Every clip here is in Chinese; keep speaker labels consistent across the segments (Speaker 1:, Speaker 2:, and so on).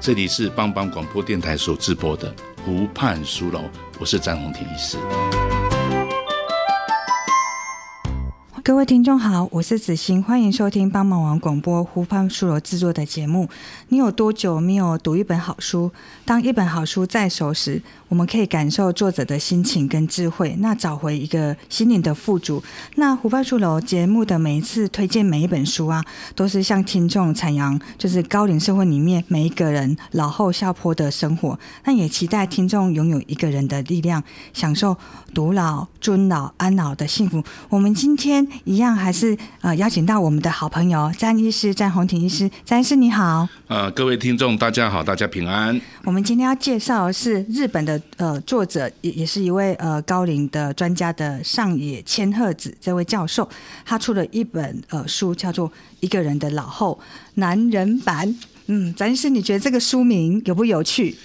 Speaker 1: 这里是帮帮广播电台所直播的《湖畔书楼》，我是张宏庭医师。
Speaker 2: 各位听众好，我是子欣，欢迎收听帮忙网广播湖畔书楼制作的节目。你有多久没有读一本好书？当一本好书在手时，我们可以感受作者的心情跟智慧，那找回一个心灵的富足。那湖畔书楼节目的每一次推荐每一本书啊，都是向听众阐扬，就是高龄社会里面每一个人老后下坡的生活。那也期待听众拥有一个人的力量，享受独老、尊老、安老的幸福。我们今天一样还是呃邀请到我们的好朋友詹医师、詹宏庭医师。詹医师你好，
Speaker 1: 呃，各位听众大家好，大家平安。
Speaker 2: 我们今天要介绍的是日本的呃作者，也也是一位呃高龄的专家的上野千鹤子这位教授，他出了一本呃书，叫做《一个人的老后男人版》。嗯，詹医师，你觉得这个书名有不有趣？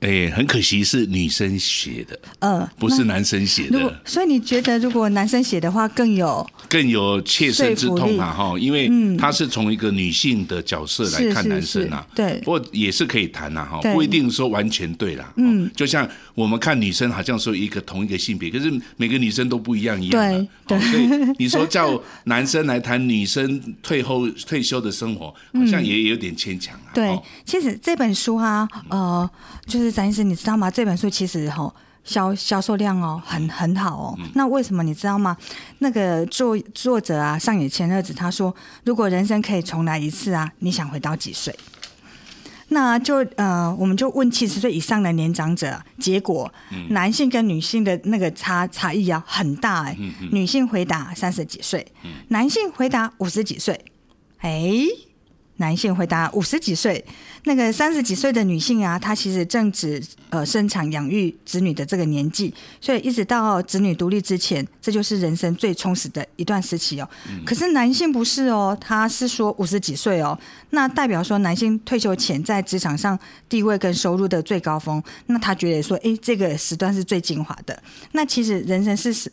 Speaker 1: 哎，很可惜是女生写的，
Speaker 2: 呃，
Speaker 1: 不是男生写
Speaker 2: 如果
Speaker 1: 的，
Speaker 2: 所以你觉得如果男生写的话更有
Speaker 1: 更有切身之痛啊！
Speaker 2: 说嗯
Speaker 1: 哈，因为他是从一个女性的角色来
Speaker 2: 是
Speaker 1: 看
Speaker 2: 是
Speaker 1: 男生啊，
Speaker 2: 是对
Speaker 1: 不过也是可以谈啦，哈，
Speaker 2: 对
Speaker 1: 不一定说完全对啦。嗯，就像我们看女生好像说一个同一个性别，可是每个女生都不一样一样啊。
Speaker 2: 对
Speaker 1: 哦所以你说叫男生来谈女生退后退休的生活，好像也有点牵强啊。
Speaker 2: 对
Speaker 1: 哦，嗯
Speaker 2: 其实这本书啊，呃，就是詹医师，你知道吗？这本书其实吼、销销售量哦
Speaker 1: 嗯
Speaker 2: 很很好哦。那为什么你知道吗？那个作作者啊，上野千鹤子他说，如果人生可以重来一次啊，你想回到几岁？那就呃，我们就问七十岁以上的年长者啊，结果、
Speaker 1: 嗯
Speaker 2: 男性跟女性的那个差差异啊很大哎、
Speaker 1: 嗯
Speaker 2: 女性回答三十几岁，男性回答五十几岁，哎、男性回答五十几岁，那个三十几岁的女性啊，她其实正值呃生产养育子女的这个年纪，所以一直到子女独立之前，这就是人生最充实的一段时期哦。
Speaker 1: 嗯
Speaker 2: 可是男性不是哦，他是说五十几岁哦，那代表说男性退休前在职场上地位跟收入的最高峰，那他觉得说，诶，这个时段是最精华的。那其实人生是是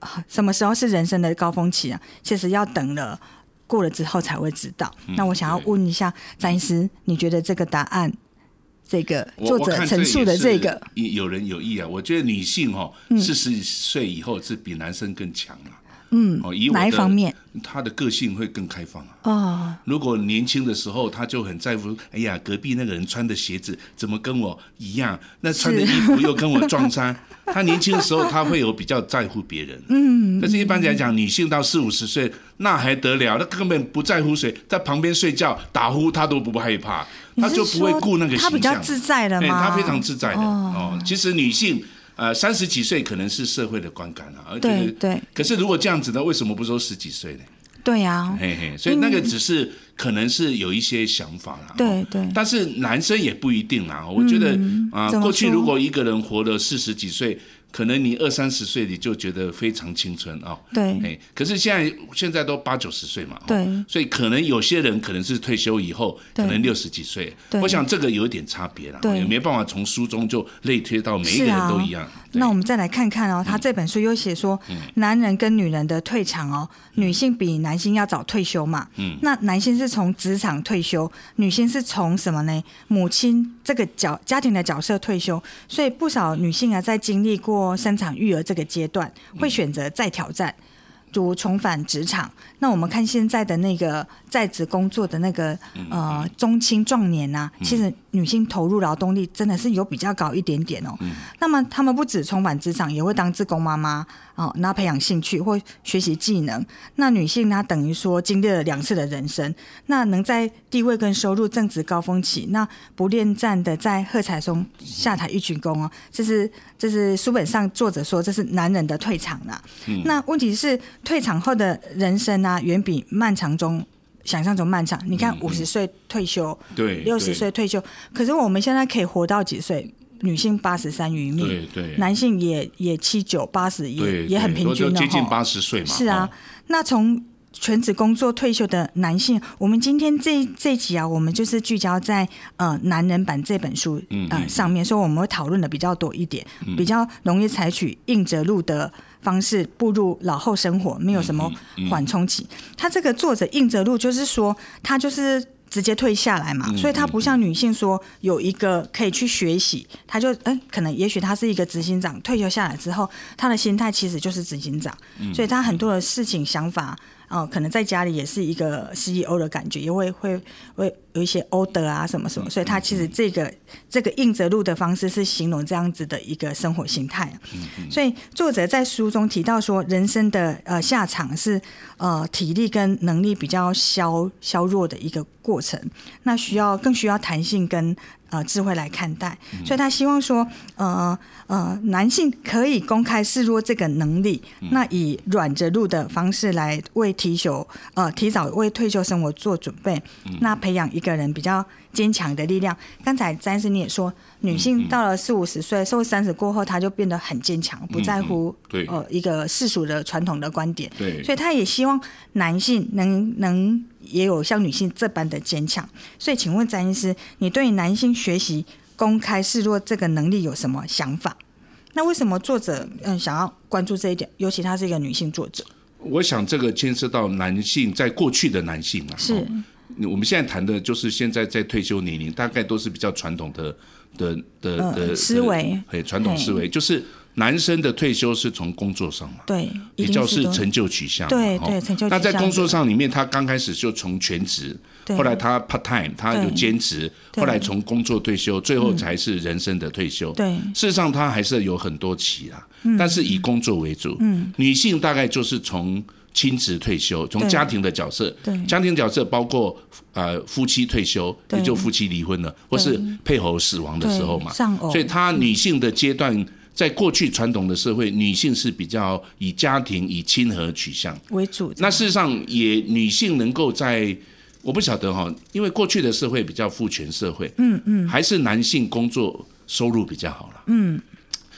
Speaker 2: 啊什么时候是人生的高峰期啊？其实要等了。过了之后才会知道。
Speaker 1: 嗯
Speaker 2: 那我想要问一下詹医师，你觉得这个答案，这个
Speaker 1: 我
Speaker 2: 作
Speaker 1: 我
Speaker 2: 者
Speaker 1: 看
Speaker 2: 陈述的
Speaker 1: 这
Speaker 2: 这
Speaker 1: 也
Speaker 2: 个嗯
Speaker 1: 是有有人有意啊，我觉得女性哦，四十岁以后是比男生更强了、嗯，哦，以我
Speaker 2: 哪一
Speaker 1: 的
Speaker 2: 方面？
Speaker 1: 她的个性会更开放啊。
Speaker 2: 哦，
Speaker 1: 如果年轻的时候她就很在乎，哎呀，隔壁那个人穿的鞋子怎么跟我一样？那穿的衣服又跟我撞衫。她年轻的时候，她会有比较在乎别人。嗯，但是一般来讲，女性到四五十岁，那还得了？那根本不在乎谁，在旁边睡觉打呼，她都不害怕，
Speaker 2: 你
Speaker 1: 她
Speaker 2: 是
Speaker 1: 就不会
Speaker 2: 说
Speaker 1: 顾那个形
Speaker 2: 她
Speaker 1: 象。
Speaker 2: 比较自在了
Speaker 1: 对，
Speaker 2: 吗？
Speaker 1: 她非常自在的哦。其实女性呃三十几岁可能是社会的观感啊，而
Speaker 2: 对
Speaker 1: 且
Speaker 2: 对
Speaker 1: 可是如果这样子呢，为什么不说十几岁呢？
Speaker 2: 对啊呀、
Speaker 1: 嘿嘿，所以那个只是可能是有一些想法啦。
Speaker 2: 嗯对
Speaker 1: 哦
Speaker 2: 对嗯
Speaker 1: 但是男生也不一定啦。我觉得啊、
Speaker 2: 怎么
Speaker 1: 过去
Speaker 2: 说
Speaker 1: 如果一个人活了四十几岁，可能你二三十岁你就觉得非常青春哦。
Speaker 2: 对
Speaker 1: 哎，可是现在现在都八九十岁嘛，哦
Speaker 2: 对
Speaker 1: 所以可能有些人可能是退休以后，
Speaker 2: 对
Speaker 1: 可能六十几岁，
Speaker 2: 对
Speaker 1: 我想这个有一点差别啦，哦
Speaker 2: 对
Speaker 1: 也没办法从书中就类推到每一
Speaker 2: 是
Speaker 1: 个人
Speaker 2: 啊
Speaker 1: 都一样。对
Speaker 2: 那我们再来看看哦，他这本书又写说，男人跟女人的退场哦，女性比男性要早退休嘛。嗯，那男性是从职场退休，女性是从什么呢？母亲这个角家庭的角色退休，所以不少女性啊，在经历过生产育儿这个阶段，会选择再挑战。如重返职场，那我们看现在的那个在职工作的那个呃中青壮年啊，其实女性投入劳动力真的是有比较高一点点哦。那么他们不止重返职场，也会当志工妈妈哦，然后培养兴趣或学习技能。那女性她等于说经历了两次的人生，那能在地位跟收入正值高峰期，那不恋战的在喝彩中下台一鞠躬哦，这是这是书本上作者说这是男人的退场啦、
Speaker 1: 嗯
Speaker 2: 那问题是退场后的人生啊，远比漫长中想象中漫长。你看
Speaker 1: 嗯嗯
Speaker 2: 五十岁退休，
Speaker 1: 对，
Speaker 2: 六十岁退休，可是我们现在可以活到几岁？女性八十三余
Speaker 1: 对，
Speaker 2: 命，
Speaker 1: 对对，
Speaker 2: 男性也也七九八十，也
Speaker 1: 对
Speaker 2: 也很
Speaker 1: 对
Speaker 2: 平
Speaker 1: 都
Speaker 2: 均
Speaker 1: 都
Speaker 2: 了
Speaker 1: 接近
Speaker 2: 吼
Speaker 1: 八十岁嘛，
Speaker 2: 是啊
Speaker 1: 哦，，
Speaker 2: 那从全职工作退休的男性，我们今天这这一集啊，我们就是聚焦在呃《男人版》这本书
Speaker 1: 嗯
Speaker 2: 呃
Speaker 1: 嗯
Speaker 2: 上面，所以我们会讨论的比较多一点，比较容易采取硬着陆的方式步入老后生活，没有什么
Speaker 1: 嗯嗯
Speaker 2: 缓冲期。他这个作者硬着陆，就是说他就是。直接退下来
Speaker 1: 嗯
Speaker 2: 嘛，所以他不像女性说有一个可以去学习，他就哎、可能也许他是一个执行长，退休下来之后，他的心态其实就是执行长，所以他很多的事情想法，哦、可能在家里也是一个 CEO 的感觉，也会会会有一些 order 啊什么什么，所以他其实这个这个硬着陆的方式是形容这样子的一个生活形态、啊。所以作者在书中提到说，人生的呃下场是呃体力跟能力比较消消弱的一个过程，那需要更需要弹性跟呃智慧来看待。所以他希望说，呃呃，男性可以公开示弱这个能力，那以软着陆的方式来为提休呃提早为退休生活做准备，那培养一个人比较坚强的力量。刚才詹士你也说，女性到了四五十岁，受三十过后，她就变得很坚强，不在乎、
Speaker 1: 嗯对
Speaker 2: 呃一个世俗的传统的观点。
Speaker 1: 对，
Speaker 2: 所以他也希望男性能能也有像女性这般的坚强。所以，请问詹医师，你对于男性学习公开示弱这个能力有什么想法？那为什么作者嗯想要关注这一点？尤其她是一个女性作者，
Speaker 1: 我想这个牵涉到男性，在过去的男性啊，哦
Speaker 2: 嗯
Speaker 1: 我们现在谈的就是现在在退休年龄，大概都是比较传统的的的
Speaker 2: 嗯
Speaker 1: 的
Speaker 2: 思维，
Speaker 1: 对传统思维，就是男生的退休是从工作上嘛，
Speaker 2: 对，一
Speaker 1: 比
Speaker 2: 定
Speaker 1: 较
Speaker 2: 是
Speaker 1: 是
Speaker 2: 都
Speaker 1: 成就取向嘛，
Speaker 2: 对
Speaker 1: 哦
Speaker 2: 对成就取
Speaker 1: 那在
Speaker 2: 向
Speaker 1: 工作上里面，他刚开始就从全职，
Speaker 2: 对
Speaker 1: 后来他 part time，他有
Speaker 2: 对
Speaker 1: 兼职，
Speaker 2: 对嗯
Speaker 1: 后来从工作退休，最后才是人生的退休。
Speaker 2: 对
Speaker 1: 事实上他还是有很多期啊，
Speaker 2: 嗯
Speaker 1: 但是以工作为主。嗯，女性大概就是从亲职退休，从
Speaker 2: 对
Speaker 1: 家庭的角色，
Speaker 2: 对
Speaker 1: 家庭角色包括呃夫妻退休，
Speaker 2: 对
Speaker 1: 也就夫妻离婚了，或是配偶死亡的时候嘛
Speaker 2: 对，丧偶
Speaker 1: 所以她女性的阶段。在过去传统的社会，女性是比较以家庭、以亲和取向，
Speaker 2: 为主。
Speaker 1: 那事实上也女性能够在，我不晓得哈，因为过去的社会比较父权社会，嗯嗯，还是男性工作收入比较好了，嗯。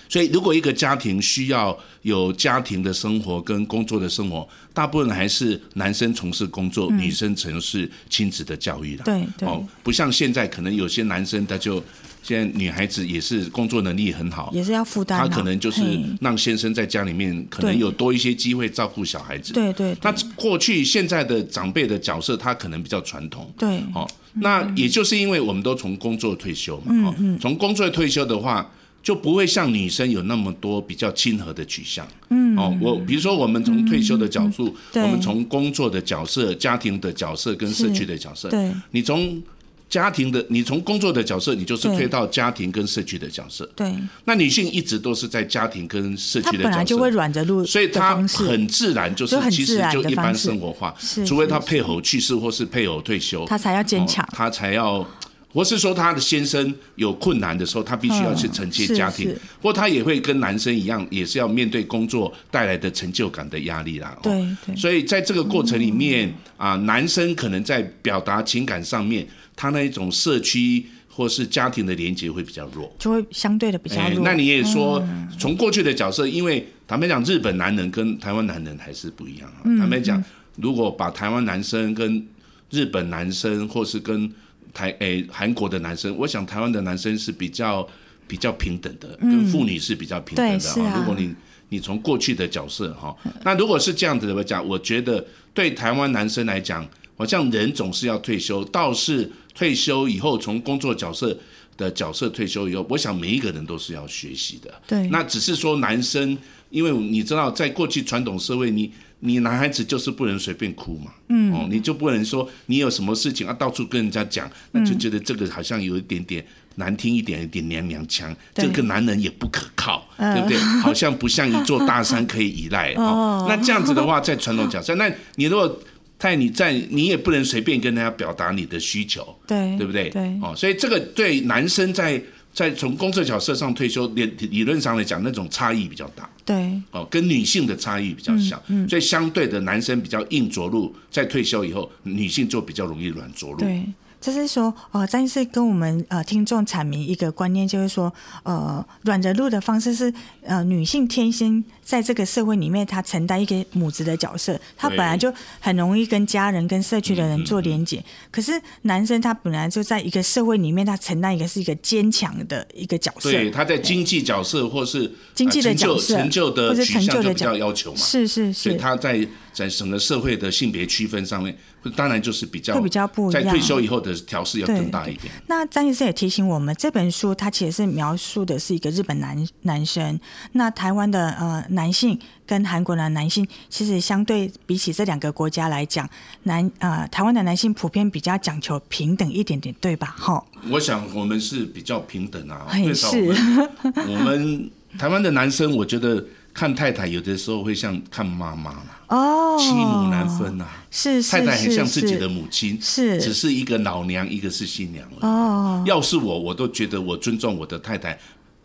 Speaker 1: 所以，如果一个家庭需要有家庭的生活跟工作的生活，大部分还是男生从事工作，女生从事亲子的教育啦。
Speaker 2: 嗯对对
Speaker 1: 哦，不像现在可能有些男生他就现在女孩子也是工作能力很好，
Speaker 2: 也是要负担啊，
Speaker 1: 他可能就是
Speaker 2: 嘿
Speaker 1: 让先生在家里面可能
Speaker 2: 对
Speaker 1: 有多一些机会照顾小孩子。
Speaker 2: 对对
Speaker 1: 那
Speaker 2: 对
Speaker 1: 过去现在的长辈的角色，他可能比较传统。
Speaker 2: 对
Speaker 1: 哦，
Speaker 2: 嗯
Speaker 1: 那也就是因为我们都从工作退休嘛，哦，从工作退休的话，就不会像女生有那么多比较亲和的取向。嗯，哦，我比如说我们从退休的角度，
Speaker 2: 嗯对
Speaker 1: 我们从工作的角色、家庭的角色跟社区的角色，
Speaker 2: 对
Speaker 1: 你从家庭的，你从工作的角色，你就是
Speaker 2: 对
Speaker 1: 推到家庭跟社区的角色。
Speaker 2: 对，
Speaker 1: 那女性一直都是在家庭跟社
Speaker 2: 她
Speaker 1: 区的
Speaker 2: 本来
Speaker 1: 角
Speaker 2: 就会
Speaker 1: 色。
Speaker 2: 软着陆，
Speaker 1: 所以
Speaker 2: 她
Speaker 1: 他很自然，就是
Speaker 2: 就很
Speaker 1: 其
Speaker 2: 自
Speaker 1: 实
Speaker 2: 然
Speaker 1: 就
Speaker 2: 的
Speaker 1: 一
Speaker 2: 方
Speaker 1: 般
Speaker 2: 式
Speaker 1: 生活化
Speaker 2: 是，
Speaker 1: 除非
Speaker 2: 是
Speaker 1: 他
Speaker 2: 是
Speaker 1: 配偶去世或是配偶退休，
Speaker 2: 她才要坚强
Speaker 1: 哦。他才要，或是说他的先生有困难的时候，他必须要去承接
Speaker 2: 嗯是
Speaker 1: 家庭
Speaker 2: 是，
Speaker 1: 或他也会跟男生一样，也是要面对工作带来的成就感的压力啦。哦
Speaker 2: 对对
Speaker 1: 所以在这个过程里面啊，男生可能在表达情感上面，他那一种社区或是家庭的连接会比较弱。
Speaker 2: 就会相对的比较
Speaker 1: 哎，
Speaker 2: 弱。嗯
Speaker 1: 那你也说，从过去的角色，因为坦白讲，日本男人跟台湾男人还是不一样啊。
Speaker 2: 嗯
Speaker 1: 坦白讲，如果把台湾男生跟日本男生，或是跟台诶韩国的男生，我想台湾的男生是比较比较平等的，跟妇女是比较平等
Speaker 2: 嗯对
Speaker 1: 的
Speaker 2: 是
Speaker 1: 哈、
Speaker 2: 啊
Speaker 1: 如果你你从过去的角色哈、那如果是这样子的讲，我觉得对台湾男生来讲，好像人总是要退休，倒是退休以后从工作角色的角色退休以后，我想每一个人都是要学习的。
Speaker 2: 对
Speaker 1: 那只是说男生，因为你知道，在过去传统社会，你你男孩子就是不能随便哭嘛，嗯，哦，你就不能说你有什么事情啊，到处跟人家讲，那就觉得这个好像有一点点难听一点，有点娘娘腔，
Speaker 2: 对
Speaker 1: 这个男人也不可靠，对不对？好像不像一座大山可以依赖哦。那这样子的话，在传统角色，那你如果在你在你也不能随便跟人家表达你的需求，
Speaker 2: 对
Speaker 1: 对不对？
Speaker 2: 对，
Speaker 1: 哦，所以这个对男生在在从公社角色上退休，理理论上来讲，那种差异比较大。
Speaker 2: 对，
Speaker 1: 哦，跟女性的差异比
Speaker 2: 嗯
Speaker 1: 较小，所以相对的男生比较硬着陆，在退休以后，女性就比较容易软着陆。
Speaker 2: 对，就是说，呃，詹医师跟我们呃听众阐明一个观念，就是说，呃，软着陆的方式是，呃，女性天生在这个社会里面，她承担一个母职的角色，她
Speaker 1: 对
Speaker 2: 本来就很容易跟家人、跟社区的人做连
Speaker 1: 嗯
Speaker 2: 结。可是男生他本来就在一个社会里面，他承担一个是一个坚强的一个角色，
Speaker 1: 对，他在经济角色或是
Speaker 2: 经济的
Speaker 1: 呃成就
Speaker 2: 角色
Speaker 1: 成就
Speaker 2: 或
Speaker 1: 的
Speaker 2: 是
Speaker 1: 取
Speaker 2: 成就
Speaker 1: 向
Speaker 2: 的
Speaker 1: 就比较
Speaker 2: 角
Speaker 1: 要求嘛，
Speaker 2: 是是
Speaker 1: 所以
Speaker 2: 是，
Speaker 1: 他在在整个社会的性别区分上面，当然就是比较
Speaker 2: 会比较不一
Speaker 1: 在
Speaker 2: 样
Speaker 1: 退休以后的调试要
Speaker 2: 对
Speaker 1: 更大一点。
Speaker 2: 那张医师也提醒我们，这本书它其实是描述的是一个日本男男生，那台湾的呃男性跟韩国的男性，其实相对比起这两个国家来讲，男呃台湾的男性普遍比较讲求平等一点点，对吧？哈，
Speaker 1: 我想我们是比较平等啊，
Speaker 2: 嘿
Speaker 1: 至少我们我们台湾的男生，我觉得看太太有的时候会像看妈妈嘛，
Speaker 2: 哦，
Speaker 1: 妻母难，分啊。
Speaker 2: 是是
Speaker 1: 太太很
Speaker 2: 是
Speaker 1: 像自己
Speaker 2: 是
Speaker 1: 的母亲，
Speaker 2: 是
Speaker 1: 只是一个老娘，一个是新娘而已。
Speaker 2: 哦
Speaker 1: 要是我，我都觉得我尊重我的太太，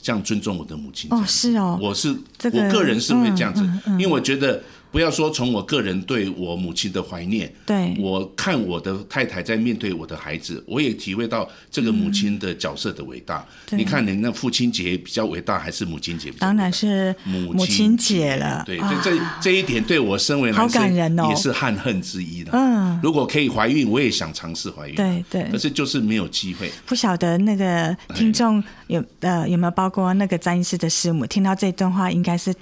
Speaker 1: 像尊重我的母亲这
Speaker 2: 哦
Speaker 1: 样。
Speaker 2: 是哦，
Speaker 1: 我是、
Speaker 2: 这个嗯
Speaker 1: 我个人是会这样子，因为我觉得不要说从我个人对我母亲的怀念，
Speaker 2: 对
Speaker 1: 我看我的太太在面对我的孩子，我也体会到这个母亲的角色的伟大。
Speaker 2: 对
Speaker 1: 你看，你那父亲节比较伟大，还是母亲节比较伟大？
Speaker 2: 当然是
Speaker 1: 母
Speaker 2: 母亲节了，
Speaker 1: 对，
Speaker 2: 啊
Speaker 1: 所以这这一点对我身为男
Speaker 2: 好感人哦
Speaker 1: 生也是憾恨之一了。
Speaker 2: 嗯，
Speaker 1: 如果可以怀孕，我也想尝试怀孕，
Speaker 2: 对对
Speaker 1: 可。是就是没有机会。
Speaker 2: 不晓得那个
Speaker 1: 哎
Speaker 2: 听众有呃有没有包括那个詹医师的师母，听到这段话应该是。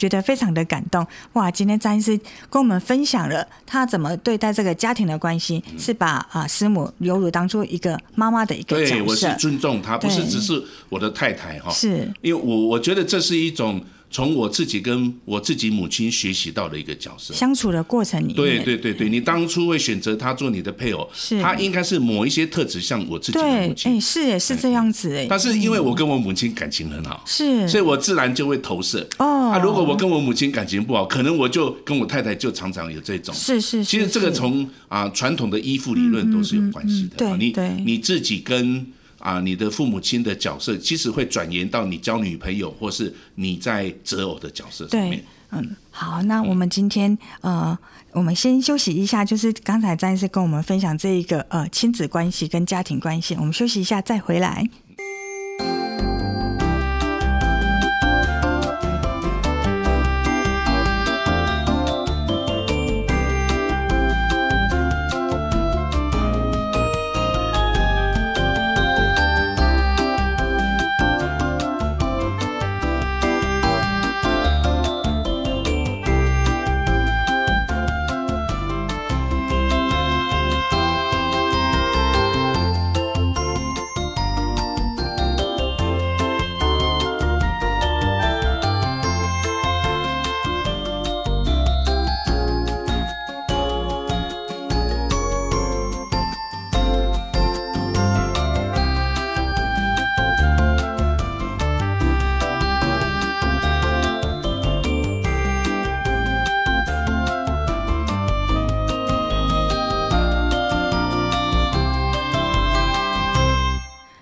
Speaker 2: 觉得非常的感动哇！今天詹医师跟我们分享了他怎么对待这个家庭的关系，
Speaker 1: 嗯
Speaker 2: 是把啊、师母犹如当做一个妈妈的一个角
Speaker 1: 对，我是
Speaker 2: 色，
Speaker 1: 尊重她，不
Speaker 2: 对
Speaker 1: 是只是我的太太哈。
Speaker 2: 是
Speaker 1: 因为我我觉得这是一种从我自己跟我自己母亲学习到的一个角色。
Speaker 2: 相处的过程里面，
Speaker 1: 对对对对，你当初会选择她做你的配偶
Speaker 2: 是，
Speaker 1: 她应该是某一些特质像我自己的
Speaker 2: 对
Speaker 1: 母，
Speaker 2: 哎、
Speaker 1: 亲，
Speaker 2: 是也是这样子哎、
Speaker 1: 但是因为我跟我母亲感情很好，
Speaker 2: 是
Speaker 1: 所以我自然就会投射。
Speaker 2: 哦
Speaker 1: 啊，如果我跟我母亲感情不好，可能我就跟我太太就常常有这种。
Speaker 2: 是是，
Speaker 1: 其实
Speaker 2: 是
Speaker 1: 这个
Speaker 2: 是
Speaker 1: 从啊传统的依附理论都是有关系的。
Speaker 2: 嗯嗯嗯
Speaker 1: 啊
Speaker 2: 对对
Speaker 1: 你你自己跟啊你的父母亲的角色，其实会转延到你交女朋友或是你在择偶的角色上面
Speaker 2: 对。，嗯，好，那我们今天呃，我们先休息一下，就是刚才詹医师跟我们分享这一个呃亲子关系跟家庭关系，我们休息一下再回来。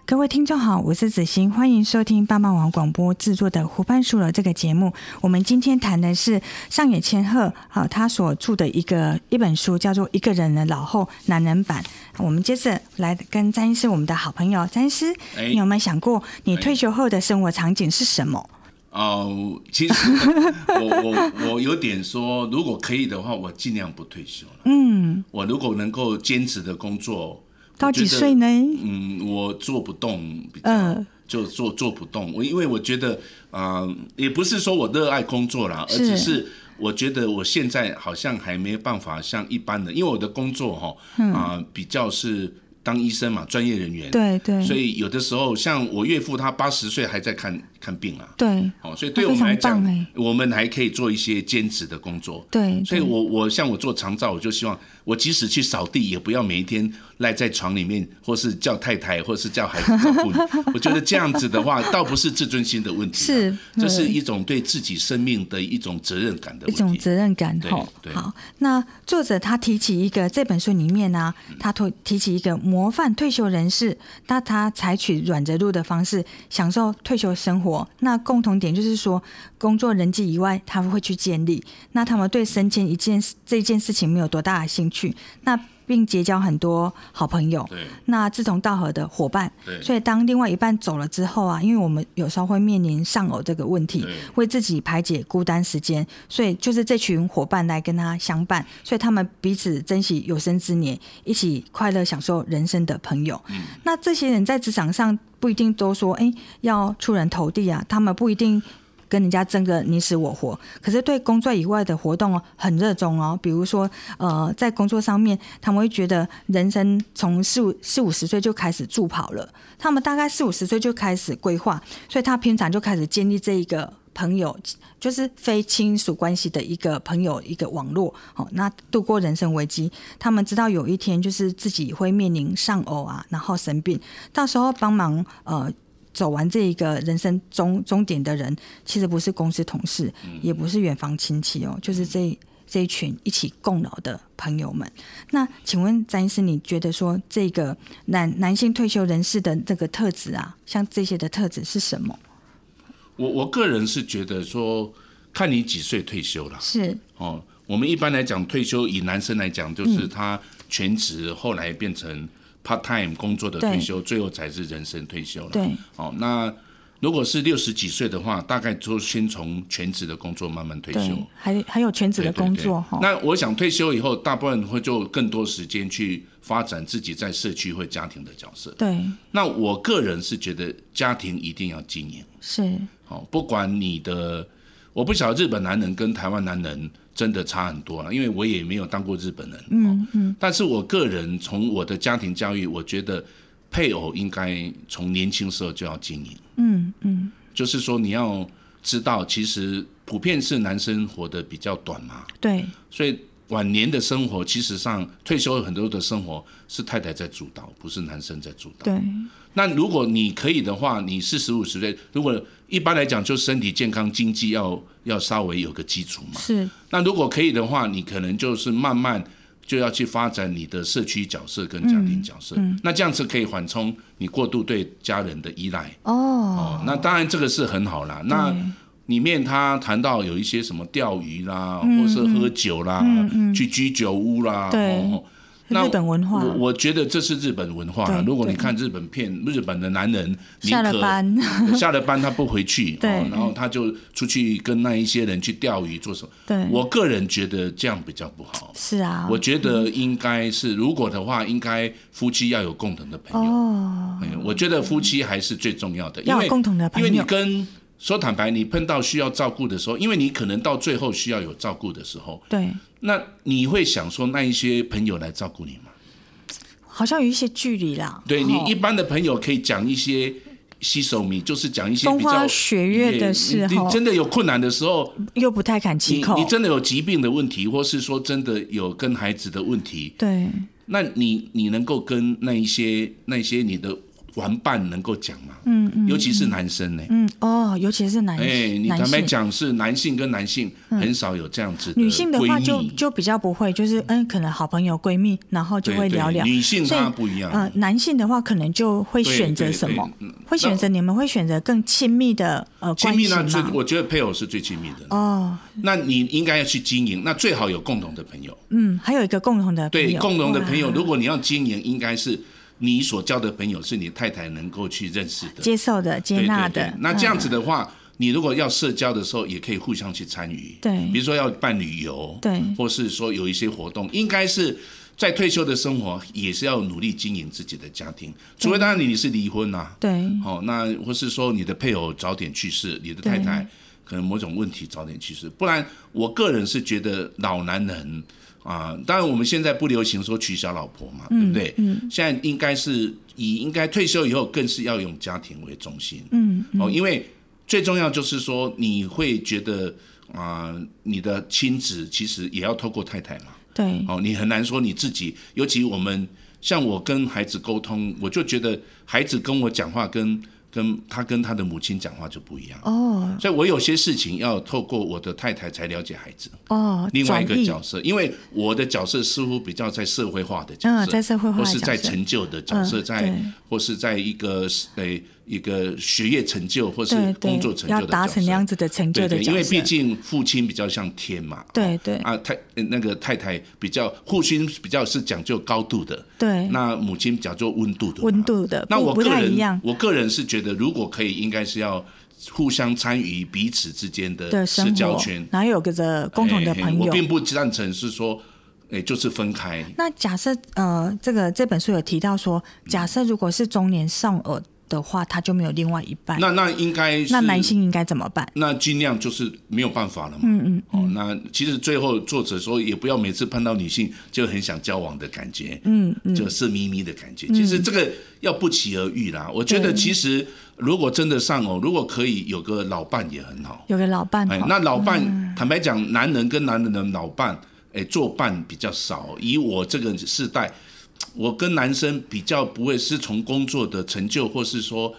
Speaker 2: 各位听众好，我是子欣，欢迎收听帮帮网广播制作的《湖畔书楼》这个节目。我们今天谈的是上野千鹤啊、呃他所著的一个一本书，叫做《一个人的老后男人版》。我们接着来跟詹医师，我们的好朋友詹医师，
Speaker 1: 哎
Speaker 2: 你有没有想过你
Speaker 1: 哎
Speaker 2: 退休后的生活场景是什么？
Speaker 1: 哦，其实 我我我有点说，如果可以的话，我尽量不退休了。
Speaker 2: 嗯，
Speaker 1: 我如果能够坚持的工作，
Speaker 2: 到
Speaker 1: 我觉
Speaker 2: 几
Speaker 1: 得
Speaker 2: 岁呢？
Speaker 1: 嗯，我做不动，比较、
Speaker 2: 嗯
Speaker 1: 就做做不动。我因为我觉得，啊，也不是说我热爱工作啦，而
Speaker 2: 是
Speaker 1: 只是我觉得我现在好像还没办法像一般的，因为我的工作哈，啊、比较是当医生嘛，专业人员，
Speaker 2: 嗯对对，
Speaker 1: 所以有的时候像我岳父他八十岁还在看看病啊。
Speaker 2: 对
Speaker 1: 哦，所以对
Speaker 2: 哦
Speaker 1: 我们来
Speaker 2: 非常
Speaker 1: 讲
Speaker 2: 棒哎，
Speaker 1: 我们还可以做一些兼职的工作。
Speaker 2: 对，
Speaker 1: 所以
Speaker 2: 对
Speaker 1: 我我像我做长照，我就希望我即使去扫地，也不要每一天赖在床里面，或是叫太太，或是叫孩子照 顾你。我觉得这样子的话，倒不是自尊心的问题、啊，
Speaker 2: 是
Speaker 1: 这是
Speaker 2: 对
Speaker 1: 一种对自己生命的一种责任感的
Speaker 2: 一
Speaker 1: 问题。
Speaker 2: 种责任感
Speaker 1: 对
Speaker 2: 吼
Speaker 1: 对。
Speaker 2: 好，那作者他提起一个这本书里面呢、
Speaker 1: 嗯
Speaker 2: 他提提起一个模范退休人士，那他采取软着陆的方式享受退休生活。那共同点就是说，工作人际以外，他会去建立。那他们对升迁一件这件事情没有多大的兴趣，那并结交很多好朋友。
Speaker 1: 对
Speaker 2: 那志同道合的伙伴，
Speaker 1: 对
Speaker 2: 所以当另外一半走了之后啊，因为我们有时候会面临丧偶这个问题
Speaker 1: 对，
Speaker 2: 为自己排解孤单时间，所以就是这群伙伴来跟他相伴，所以他们彼此珍惜有生之年，一起快乐享受人生的朋友。那这些人在职场上不一定都说，哎、要出人头地啊，他们不一定。跟人家争个你死我活，可是对工作以外的活动哦很热衷哦。比如说，呃，在工作上面，他们会觉得人生从四五四五十岁就开始助跑了，他们大概四五十岁就开始规划，所以他平常就开始建立这一个朋友，就是非亲属关系的一个朋友一个网络。哦，那度过人生危机，他们知道有一天就是自己会面临丧偶啊，然后生病，到时候帮忙呃走完这一个人生终终点的人，其实不是公司同事，也不是远房亲戚哦，就是这这一群一起共老的朋友们。那请问詹医师，你觉得说这个男男性退休人士的这个特质啊，像这些的特质是什么？
Speaker 1: 我我个人是觉得说，看你几岁退休啦。
Speaker 2: 是
Speaker 1: 哦，我们一般来讲退休，以男生来讲，
Speaker 2: 嗯
Speaker 1: 就是他全职后来变成 part time 工作的退休，最后才是人生退休了。
Speaker 2: 对，
Speaker 1: 哦，那如果是六十几岁的话，大概就先从全职的工作慢慢退休
Speaker 2: 对。，还还有全职的
Speaker 1: 对对
Speaker 2: 工
Speaker 1: 对
Speaker 2: 作哈，
Speaker 1: 那我想退休以后，大部分会就更多时间去发展自己在社区或家庭的角色。
Speaker 2: 对，
Speaker 1: 那我个人是觉得家庭一定要经营。
Speaker 2: 是
Speaker 1: 好、不管你的，我不晓得日本男人跟台湾男人真的差很多了，因为我也没有当过日本人。嗯嗯。但是我个人从我的家庭教育，我觉得配偶应该从年轻时候就要经营，
Speaker 2: 嗯嗯，
Speaker 1: 就是说你要知道，其实普遍是男生活得比较短嘛，
Speaker 2: 对
Speaker 1: 所以。晚年的生活，其实上退休很多的生活是太太在主导，不是男生在主导。
Speaker 2: 对
Speaker 1: 那如果你可以的话，你四十五十岁，如果一般来讲，就身体健康、经济要要稍微有个基础嘛。
Speaker 2: 是，
Speaker 1: 那如果可以的话，你可能就是慢慢就要去发展你的社区角色跟家庭角色。那这样子可以缓冲你过度对家人的依赖。
Speaker 2: 哦
Speaker 1: 哦，那当然这个是很好啦。那里面他谈到有一些什么钓鱼啦，
Speaker 2: 嗯
Speaker 1: 或是喝酒啦，去居酒屋啦，
Speaker 2: 对
Speaker 1: 哦
Speaker 2: 日本文化
Speaker 1: 我我觉得这是日本文化啦
Speaker 2: 对。
Speaker 1: 如果你
Speaker 2: 对
Speaker 1: 看日本片，日本的男人宁
Speaker 2: 下了
Speaker 1: 可
Speaker 2: 班
Speaker 1: 下了班他不回去，
Speaker 2: 对
Speaker 1: 哦然后他就出去跟那一些人去钓鱼做什么。
Speaker 2: 对，
Speaker 1: 我个人觉得这样比较不好。
Speaker 2: 是啊，
Speaker 1: 我觉得应该是，如果的话，应该夫妻要有共同的朋友。
Speaker 2: 哦，
Speaker 1: 嗯我觉得夫妻还是最重要的，因
Speaker 2: 要
Speaker 1: 为
Speaker 2: 有共同的
Speaker 1: 因
Speaker 2: 朋
Speaker 1: 为你
Speaker 2: 友，
Speaker 1: 跟说坦白，你碰到需要照顾的时候，因为你可能到最后需要有照顾的时候，
Speaker 2: 对，
Speaker 1: 那你会想说那一些朋友来照顾你吗？
Speaker 2: 好像有一些距离啦。
Speaker 1: 对你
Speaker 2: 哦
Speaker 1: 一般的朋友可以讲一些吸手米，就是讲一些
Speaker 2: 风
Speaker 1: 比
Speaker 2: 花
Speaker 1: 较
Speaker 2: 雪月的事
Speaker 1: 你你
Speaker 2: 吼
Speaker 1: 真的有困难的时候，
Speaker 2: 又不太敢
Speaker 1: 你
Speaker 2: 启口
Speaker 1: 你。真的有疾病的问题，或是说真的有跟孩子的问题，
Speaker 2: 对，
Speaker 1: 那你你能够跟那一些那一些你的玩伴能够讲吗？
Speaker 2: 嗯嗯
Speaker 1: 尤其是男生呢、
Speaker 2: 嗯，哦，尤其是男
Speaker 1: 哎、你
Speaker 2: 男
Speaker 1: 坦白
Speaker 2: 性，嗯
Speaker 1: 讲，是男性跟男性很少有这样子的
Speaker 2: 女性的话就
Speaker 1: 呃闺蜜
Speaker 2: 就比较不会，就是嗯，可能好朋友、闺蜜，然后就会
Speaker 1: 对对
Speaker 2: 聊聊。
Speaker 1: 女性
Speaker 2: 所以
Speaker 1: 她不一样，
Speaker 2: 呃，男性的话可能就会
Speaker 1: 对
Speaker 2: 选择
Speaker 1: 对
Speaker 2: 什
Speaker 1: 对
Speaker 2: 么？
Speaker 1: 嗯
Speaker 2: 会选择你们会选择更亲密的呃
Speaker 1: 亲
Speaker 2: 关
Speaker 1: 密
Speaker 2: 系
Speaker 1: 呢？最
Speaker 2: 吗？
Speaker 1: 我觉得配偶是最亲密的。
Speaker 2: 哦，
Speaker 1: 那你应该要去经营，那最好有共同的朋友。
Speaker 2: 嗯，还有一个共同的朋
Speaker 1: 对，
Speaker 2: 友哦
Speaker 1: 共同的朋友，
Speaker 2: 哇
Speaker 1: 如果你要经营，应该是你所交的朋友是你太太能够去认识的、
Speaker 2: 接受的、接纳
Speaker 1: 对对
Speaker 2: 的
Speaker 1: 对，那这样
Speaker 2: 嗯
Speaker 1: 子的话，你如果要社交的时候，也可以互相去参与。
Speaker 2: 对
Speaker 1: 比如说要办旅游，
Speaker 2: 对
Speaker 1: 或是说有一些活动，应该是在退休的生活也是要努力经营自己的家庭，除非当然你是离婚啦、
Speaker 2: 对
Speaker 1: 哦，那或是说你的配偶早点去世，你的太太可能某种问题早点去世，不然我个人是觉得老男人啊、当然我们现在不流行说娶小老婆嘛，对不对？嗯，现在应该是以应该退休以后更是要用家庭为中心，嗯，哦，因为最重要就是说，你会觉得啊、呃你的亲子其实也要透过太太嘛。
Speaker 2: 对，
Speaker 1: 哦，你很难说你自己，尤其我们像我跟孩子沟通，我就觉得孩子跟我讲话跟跟他跟他的母亲讲话就不一样。
Speaker 2: 哦
Speaker 1: 所以，我有些事情要透过我的太太才了解孩子，
Speaker 2: 哦，
Speaker 1: 另外一个
Speaker 2: 转移
Speaker 1: 角色，因为我的角色似乎比较在社会化的角
Speaker 2: 嗯，
Speaker 1: 色，
Speaker 2: 在社会化
Speaker 1: 或
Speaker 2: 的
Speaker 1: 是
Speaker 2: 角
Speaker 1: 在
Speaker 2: 色
Speaker 1: 成就的角色，
Speaker 2: 嗯
Speaker 1: 在
Speaker 2: 对
Speaker 1: 或是在一个呃一个学业成就或是
Speaker 2: 对
Speaker 1: 工作成
Speaker 2: 对，
Speaker 1: 就的
Speaker 2: 要
Speaker 1: 角色，
Speaker 2: 达成那样子的成就
Speaker 1: 对
Speaker 2: 的
Speaker 1: 对，
Speaker 2: 角色，
Speaker 1: 因为毕竟父亲比较像天嘛，
Speaker 2: 对
Speaker 1: 哦
Speaker 2: 对
Speaker 1: 啊太呃那个太太比较父亲比较是讲究高度的，
Speaker 2: 对
Speaker 1: 那母亲讲究温度的嘛，
Speaker 2: 温度的
Speaker 1: 那
Speaker 2: 不
Speaker 1: 我
Speaker 2: 不
Speaker 1: 个
Speaker 2: 太一
Speaker 1: 人
Speaker 2: 样，
Speaker 1: 我个人是觉得，如果可以，应该是要互相参与彼此之间
Speaker 2: 的
Speaker 1: 的社
Speaker 2: 生
Speaker 1: 交
Speaker 2: 活
Speaker 1: 圈，，
Speaker 2: 然后有个这共同的
Speaker 1: 哎哎
Speaker 2: 朋
Speaker 1: 我
Speaker 2: 友。
Speaker 1: 并不赞成是说，哎，就是分开，
Speaker 2: 那假设呃，这个这本书有提到说，假设如果是中年少儿的话，他就没有另外一半，
Speaker 1: 那那应该是
Speaker 2: 那男性应该怎么办？
Speaker 1: 那尽量就是没有办法了嘛。嗯嗯。哦，那其实最后作者说，也不要每次碰到女性就很想交往的感觉，嗯嗯，就色眯眯的感觉。其实这个要不期而遇啦。我觉得其实如果真的上哦，如果可以有个老伴也很好。
Speaker 2: 有个老伴
Speaker 1: 哎
Speaker 2: 哈，，
Speaker 1: 那老伴，
Speaker 2: 嗯
Speaker 1: 坦白讲，男人跟男人的老伴，哎，作伴比较少。以我这个世代，我跟男生比较不会是从工作的成就，或是说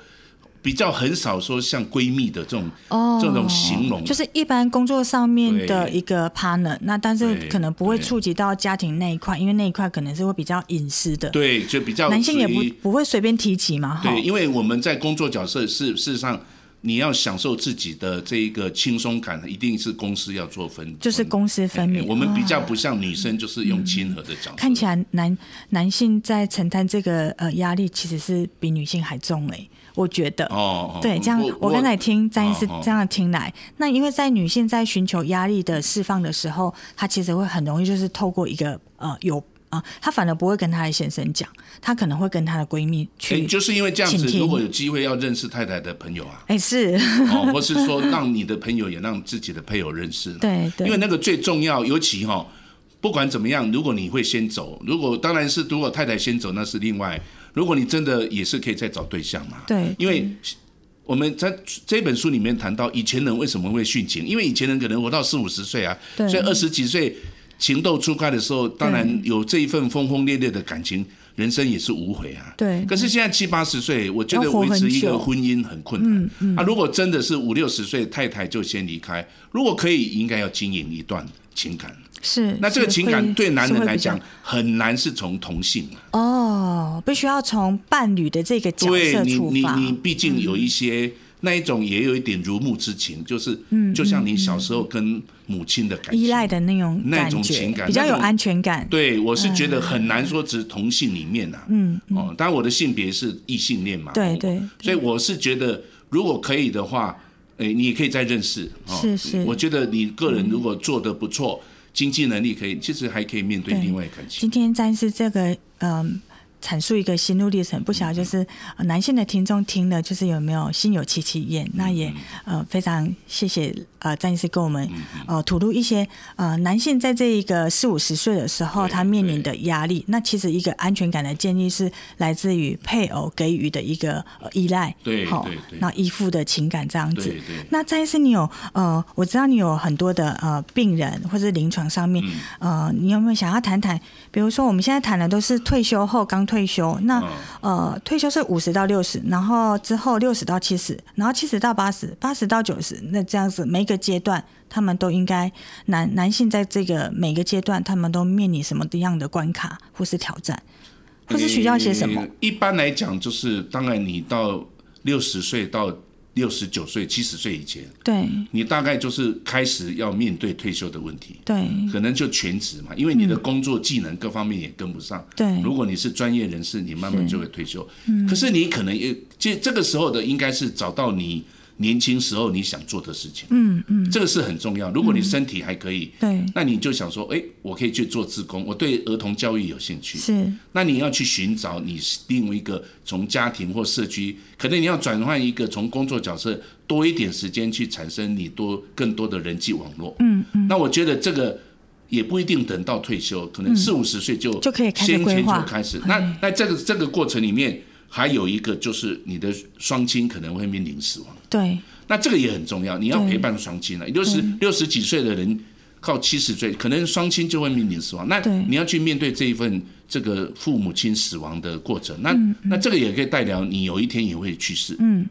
Speaker 1: 比较很少说像闺蜜的这种、
Speaker 2: 哦
Speaker 1: 这种形容，
Speaker 2: 就是一般工作上面的
Speaker 1: 对
Speaker 2: 一个 partner，那但是
Speaker 1: 对
Speaker 2: 可能不会
Speaker 1: 对
Speaker 2: 触及到家庭那一块，因为那一块可能是会比较隐私的，
Speaker 1: 对，就比较
Speaker 2: 男性也
Speaker 1: 属
Speaker 2: 不
Speaker 1: 于
Speaker 2: 不会随便提起嘛，哈
Speaker 1: 对，，因为我们在工作角色是事实上。你要享受自己的这一个轻松感，一定是公司要做分，
Speaker 2: 就是公私分
Speaker 1: 哎
Speaker 2: 明。
Speaker 1: 我们比
Speaker 2: 哦
Speaker 1: 较不像女生，就是用亲和的角色。
Speaker 2: 看起来男男性在承担这个呃压力，其实是比女性还重哎、我觉得。
Speaker 1: 哦，哦
Speaker 2: 对，这样
Speaker 1: 不不
Speaker 2: 我刚才听张医师
Speaker 1: 哦哦
Speaker 2: 这样听来，那因为在女性在寻求压力的释放的时候，她其实会很容易就是透过一个呃有啊、她反而不会跟她的先生讲，她可能会跟她的闺蜜
Speaker 1: 哎
Speaker 2: 去，
Speaker 1: 就是因为这样
Speaker 2: 请
Speaker 1: 子，
Speaker 2: 听
Speaker 1: 如果有机会要认识太太的朋友啊，
Speaker 2: 哎、是，
Speaker 1: 哦，或是说让你的朋友也让自己的配偶认识，
Speaker 2: 对对，
Speaker 1: 因为那个最重要，尤其哈、哦，不管怎么样，如果你会先走，如果当然是如果太太先走，那是另外；如果你真的也是可以再找对象嘛，
Speaker 2: 对
Speaker 1: 因为。我们在这本书里面谈到，以前人为什么会殉情？因为以前人可能活到四五十岁啊，
Speaker 2: 对
Speaker 1: 所以二十几岁情窦初开的时候，当然有这一份轰轰烈烈的感情，人生也是无悔啊。
Speaker 2: 对
Speaker 1: 可是现在七八十岁，我觉得
Speaker 2: 要活
Speaker 1: 维
Speaker 2: 很
Speaker 1: 持一
Speaker 2: 久
Speaker 1: 个婚姻很困
Speaker 2: 嗯
Speaker 1: 难。啊，如果真的是五六十岁太太就先离开，如果可以，应该要经营一段情感。
Speaker 2: 是。
Speaker 1: 那这个
Speaker 2: 是
Speaker 1: 情
Speaker 2: 会
Speaker 1: 感对男
Speaker 2: 是
Speaker 1: 人
Speaker 2: 会
Speaker 1: 来
Speaker 2: 比较
Speaker 1: 讲很难是从同性啊，
Speaker 2: 哦，必须要从伴侣的这个角
Speaker 1: 对
Speaker 2: 色
Speaker 1: 你
Speaker 2: 出
Speaker 1: 你
Speaker 2: 发，嗯
Speaker 1: 你毕竟有一些。那一种也有一点如沐之情，就是，就像你小时候跟母亲的感情
Speaker 2: 嗯依赖的那种
Speaker 1: 那
Speaker 2: 感
Speaker 1: 种
Speaker 2: 觉
Speaker 1: 情，感
Speaker 2: 比较
Speaker 1: 那
Speaker 2: 有
Speaker 1: 种
Speaker 2: 安全感。
Speaker 1: 对，我是觉得很难说只同性里面呐、嗯，哦，当然我的性别是异性恋嘛，
Speaker 2: 对
Speaker 1: 哦
Speaker 2: 对
Speaker 1: 所以我是觉得如果可以的话，诶，你也可以再认识。哦、
Speaker 2: 是是嗯
Speaker 1: 我觉得你个人如果做的不错，经济能力可以，其实还可以面对
Speaker 2: 对
Speaker 1: 另外感情。
Speaker 2: 今天詹是这个嗯。阐述一个心路历程，不晓得
Speaker 1: 嗯
Speaker 2: 就是呃男性的听众听了，就是有没有心有戚戚
Speaker 1: 嗯
Speaker 2: 焉？那也呃非常谢谢呃詹医师跟我
Speaker 1: 嗯
Speaker 2: 们呃吐露一些呃男性在这一个四五十岁的时候
Speaker 1: 对
Speaker 2: 他面临的压力。那其实一个安全感的建立是来自于配偶给予的一个呃依赖，
Speaker 1: 对
Speaker 2: 吼
Speaker 1: 对对
Speaker 2: 那依附的情感这样子
Speaker 1: 对。对。
Speaker 2: 那张医师，你有呃，我知道你有很多的呃病人或是临床上面，
Speaker 1: 嗯
Speaker 2: 呃，你有没有想要谈谈？比如说我们现在谈的都是退休后刚退休，那、
Speaker 1: 嗯
Speaker 2: 呃退休是五十到六十，然后之后六十到七十，然后七十到八十，八十到九十，那这样子每一个阶段，他们都应该男男性在这个每个阶段，他们都面临什么样的关卡或是挑战，或是需要些什么？
Speaker 1: 呃一般来讲，就是当然你到六十岁到六十九岁、七十岁以前，
Speaker 2: 对
Speaker 1: 你大概就是开始要面对退休的问题。
Speaker 2: 对
Speaker 1: 可能就全职嘛，因为你的工作技能各方面也跟不上。
Speaker 2: 对
Speaker 1: 如果你是专业人士，你慢慢就会退休。
Speaker 2: 嗯
Speaker 1: 可是你可能也这这个时候的应该是找到你年轻时候你想做的事情。嗯嗯，这个是很重要。如果
Speaker 2: 嗯
Speaker 1: 你身体还可以，
Speaker 2: 对，
Speaker 1: 那你就想说，哎，我可以去做志工，我对儿童教育有兴趣。
Speaker 2: 是
Speaker 1: 那你要去寻找你另外一个从家庭或社区，可能你要转换一个从工作角色多一点时间去产生你多更多的人际网络。嗯嗯。那我觉得这个也不一定等到退休，可能四五十岁就
Speaker 2: 就可以开始
Speaker 1: 先
Speaker 2: 规
Speaker 1: 前
Speaker 2: 划哎
Speaker 1: 就开始。那那这个这个过程里面，还有一个就是你的双亲可能会面临死亡。
Speaker 2: 对
Speaker 1: 那这个也很重要，你要陪伴双亲了。啊六十六十几岁的人靠七十岁，可能双亲就会面临死亡。那
Speaker 2: 对
Speaker 1: 你要去面对这一份这个父母亲死亡的过程，那那这个也可以代表你有一天也会去世。
Speaker 2: 嗯，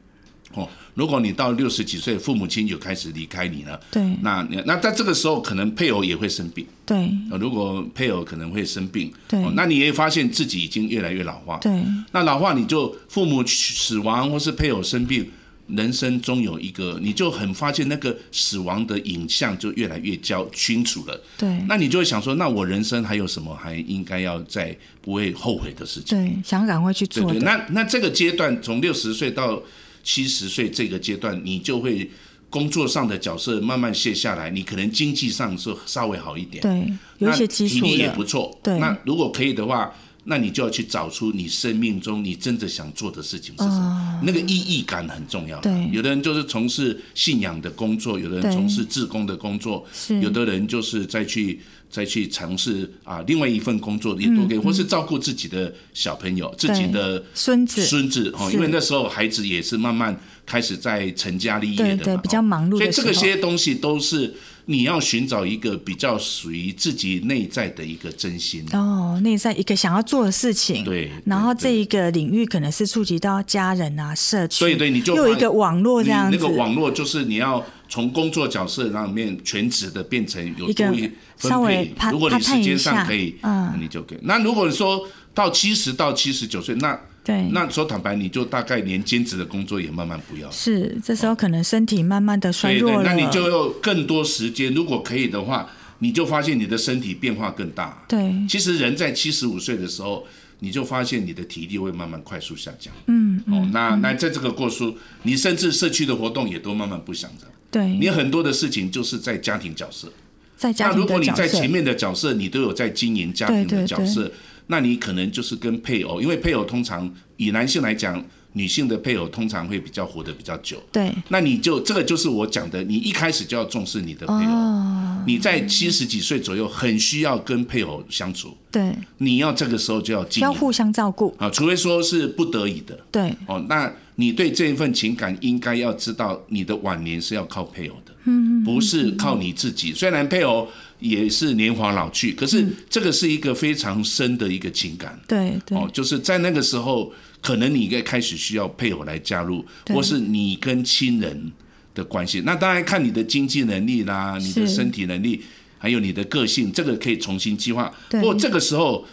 Speaker 1: 哦，如果你到六十几岁，父母亲就开始离开你了，
Speaker 2: 对
Speaker 1: 那你那在这个时候，可能配偶也会生病。
Speaker 2: 对
Speaker 1: 呃如果配偶可能会生病，
Speaker 2: 对
Speaker 1: 哦那你也发现自己已经越来越老化。
Speaker 2: 对，
Speaker 1: 那老化你就父母死亡或是配偶生病，人生终有一个，你就很发现那个死亡的影像就越来越较清楚了。
Speaker 2: 对
Speaker 1: 那你就会想说，那我人生还有什么还应该要在不会后悔的事情？
Speaker 2: 对，想赶快去
Speaker 1: 对
Speaker 2: 做
Speaker 1: 对，
Speaker 2: 的，
Speaker 1: 那那这个阶段，从六十岁到七十岁这个阶段，你就会工作上的角色慢慢卸下来，你可能经济上是稍微好一点，
Speaker 2: 对，有一些基础
Speaker 1: 那体力也不
Speaker 2: 的，
Speaker 1: 错。
Speaker 2: 对
Speaker 1: 那如果可以的话，那你就要去找出你生命中你真的想做的事情是什么，那个意义感很重要。
Speaker 2: 哦
Speaker 1: 啊
Speaker 2: 对
Speaker 1: 有的人就是从事信仰的工作，有的
Speaker 2: 对
Speaker 1: 人从事志工的工作，
Speaker 2: 是
Speaker 1: 有的人就是再去再去尝试啊另外一份工作也都
Speaker 2: 嗯
Speaker 1: 可以，或是照顾自己的小朋友、自己的
Speaker 2: 孙子
Speaker 1: 孙子哦，
Speaker 2: 是
Speaker 1: 因为那时候孩子也是慢慢开始在成家立业的
Speaker 2: 对
Speaker 1: 嘛，
Speaker 2: 对，比
Speaker 1: 哦
Speaker 2: 较忙碌
Speaker 1: 所以
Speaker 2: 的
Speaker 1: 这
Speaker 2: 时
Speaker 1: 个
Speaker 2: 候，
Speaker 1: 些东西都是你要寻找一个比较属于自己内在的一个真心。
Speaker 2: 哦，内在一个想要做的事情，
Speaker 1: 对
Speaker 2: 然后这
Speaker 1: 对
Speaker 2: 一个领域可能是触及到家人啊、社区，
Speaker 1: 对对你就
Speaker 2: 又有一
Speaker 1: 把
Speaker 2: 个网络
Speaker 1: 你
Speaker 2: 哦这样子，
Speaker 1: 那个网络就是你要从工作角色上面全职的变成有
Speaker 2: 一个
Speaker 1: 多一分
Speaker 2: 稍微
Speaker 1: 配
Speaker 2: 怕，
Speaker 1: 如果你
Speaker 2: 怕探
Speaker 1: 时
Speaker 2: 一
Speaker 1: 间上
Speaker 2: 下
Speaker 1: 可以，
Speaker 2: 嗯
Speaker 1: 那你就可以。那如果说到七十到七十九岁，那
Speaker 2: 对，
Speaker 1: 那说坦白，你就大概连兼职的工作也慢慢不要。
Speaker 2: 是这时候可能身体慢慢的衰
Speaker 1: 对
Speaker 2: 弱
Speaker 1: 对，
Speaker 2: 了，
Speaker 1: 那你就有更多时间，如果可以的话，你就发现你的身体变化更大。
Speaker 2: 对
Speaker 1: 其实人在七十五岁的时候，你就发现你的体力会慢慢快速下降。
Speaker 2: 嗯
Speaker 1: 哦，那那在这个过程，你甚至社区的活动也都慢慢不想着。你
Speaker 2: 对，
Speaker 1: 很多的事情就是在家庭角色。
Speaker 2: 在家
Speaker 1: 那
Speaker 2: 庭
Speaker 1: 如果
Speaker 2: 的
Speaker 1: 你
Speaker 2: 角
Speaker 1: 在
Speaker 2: 色
Speaker 1: 前，面的角色，你都有在经营家庭
Speaker 2: 对对
Speaker 1: 的角色，那你可能就是跟配偶，因为配偶通常以男性来讲，女性的配偶通常会比较活得比较久。
Speaker 2: 对
Speaker 1: 那你就这个就是我讲的，你一开始就要重视你的配偶。
Speaker 2: 哦，
Speaker 1: 你在七十几岁左右，很需要跟配偶相处。
Speaker 2: 对，
Speaker 1: 你要这个时候就要经
Speaker 2: 要
Speaker 1: 营
Speaker 2: 互相照顾，
Speaker 1: 啊，除非说是不得已的
Speaker 2: 对
Speaker 1: 哦。那你对这一份情感应该要知道，你的晚年是要靠配偶的，
Speaker 2: 嗯
Speaker 1: 不是靠你自己。虽然配偶也是年华老去，可
Speaker 2: 嗯
Speaker 1: 是这个是一个非常深的一个情感。
Speaker 2: 对对
Speaker 1: 哦，就是在那个时候，可能你应该开始需要配偶来加入，
Speaker 2: 对
Speaker 1: 或是你跟亲人的关系。那当然看你的经济能力啦，你的
Speaker 2: 是
Speaker 1: 身体能力，还有你的个性，这个可以重新计划。
Speaker 2: 对
Speaker 1: 不过这个时候，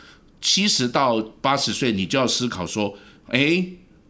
Speaker 1: 七十到八十岁，你就要思考说，哎。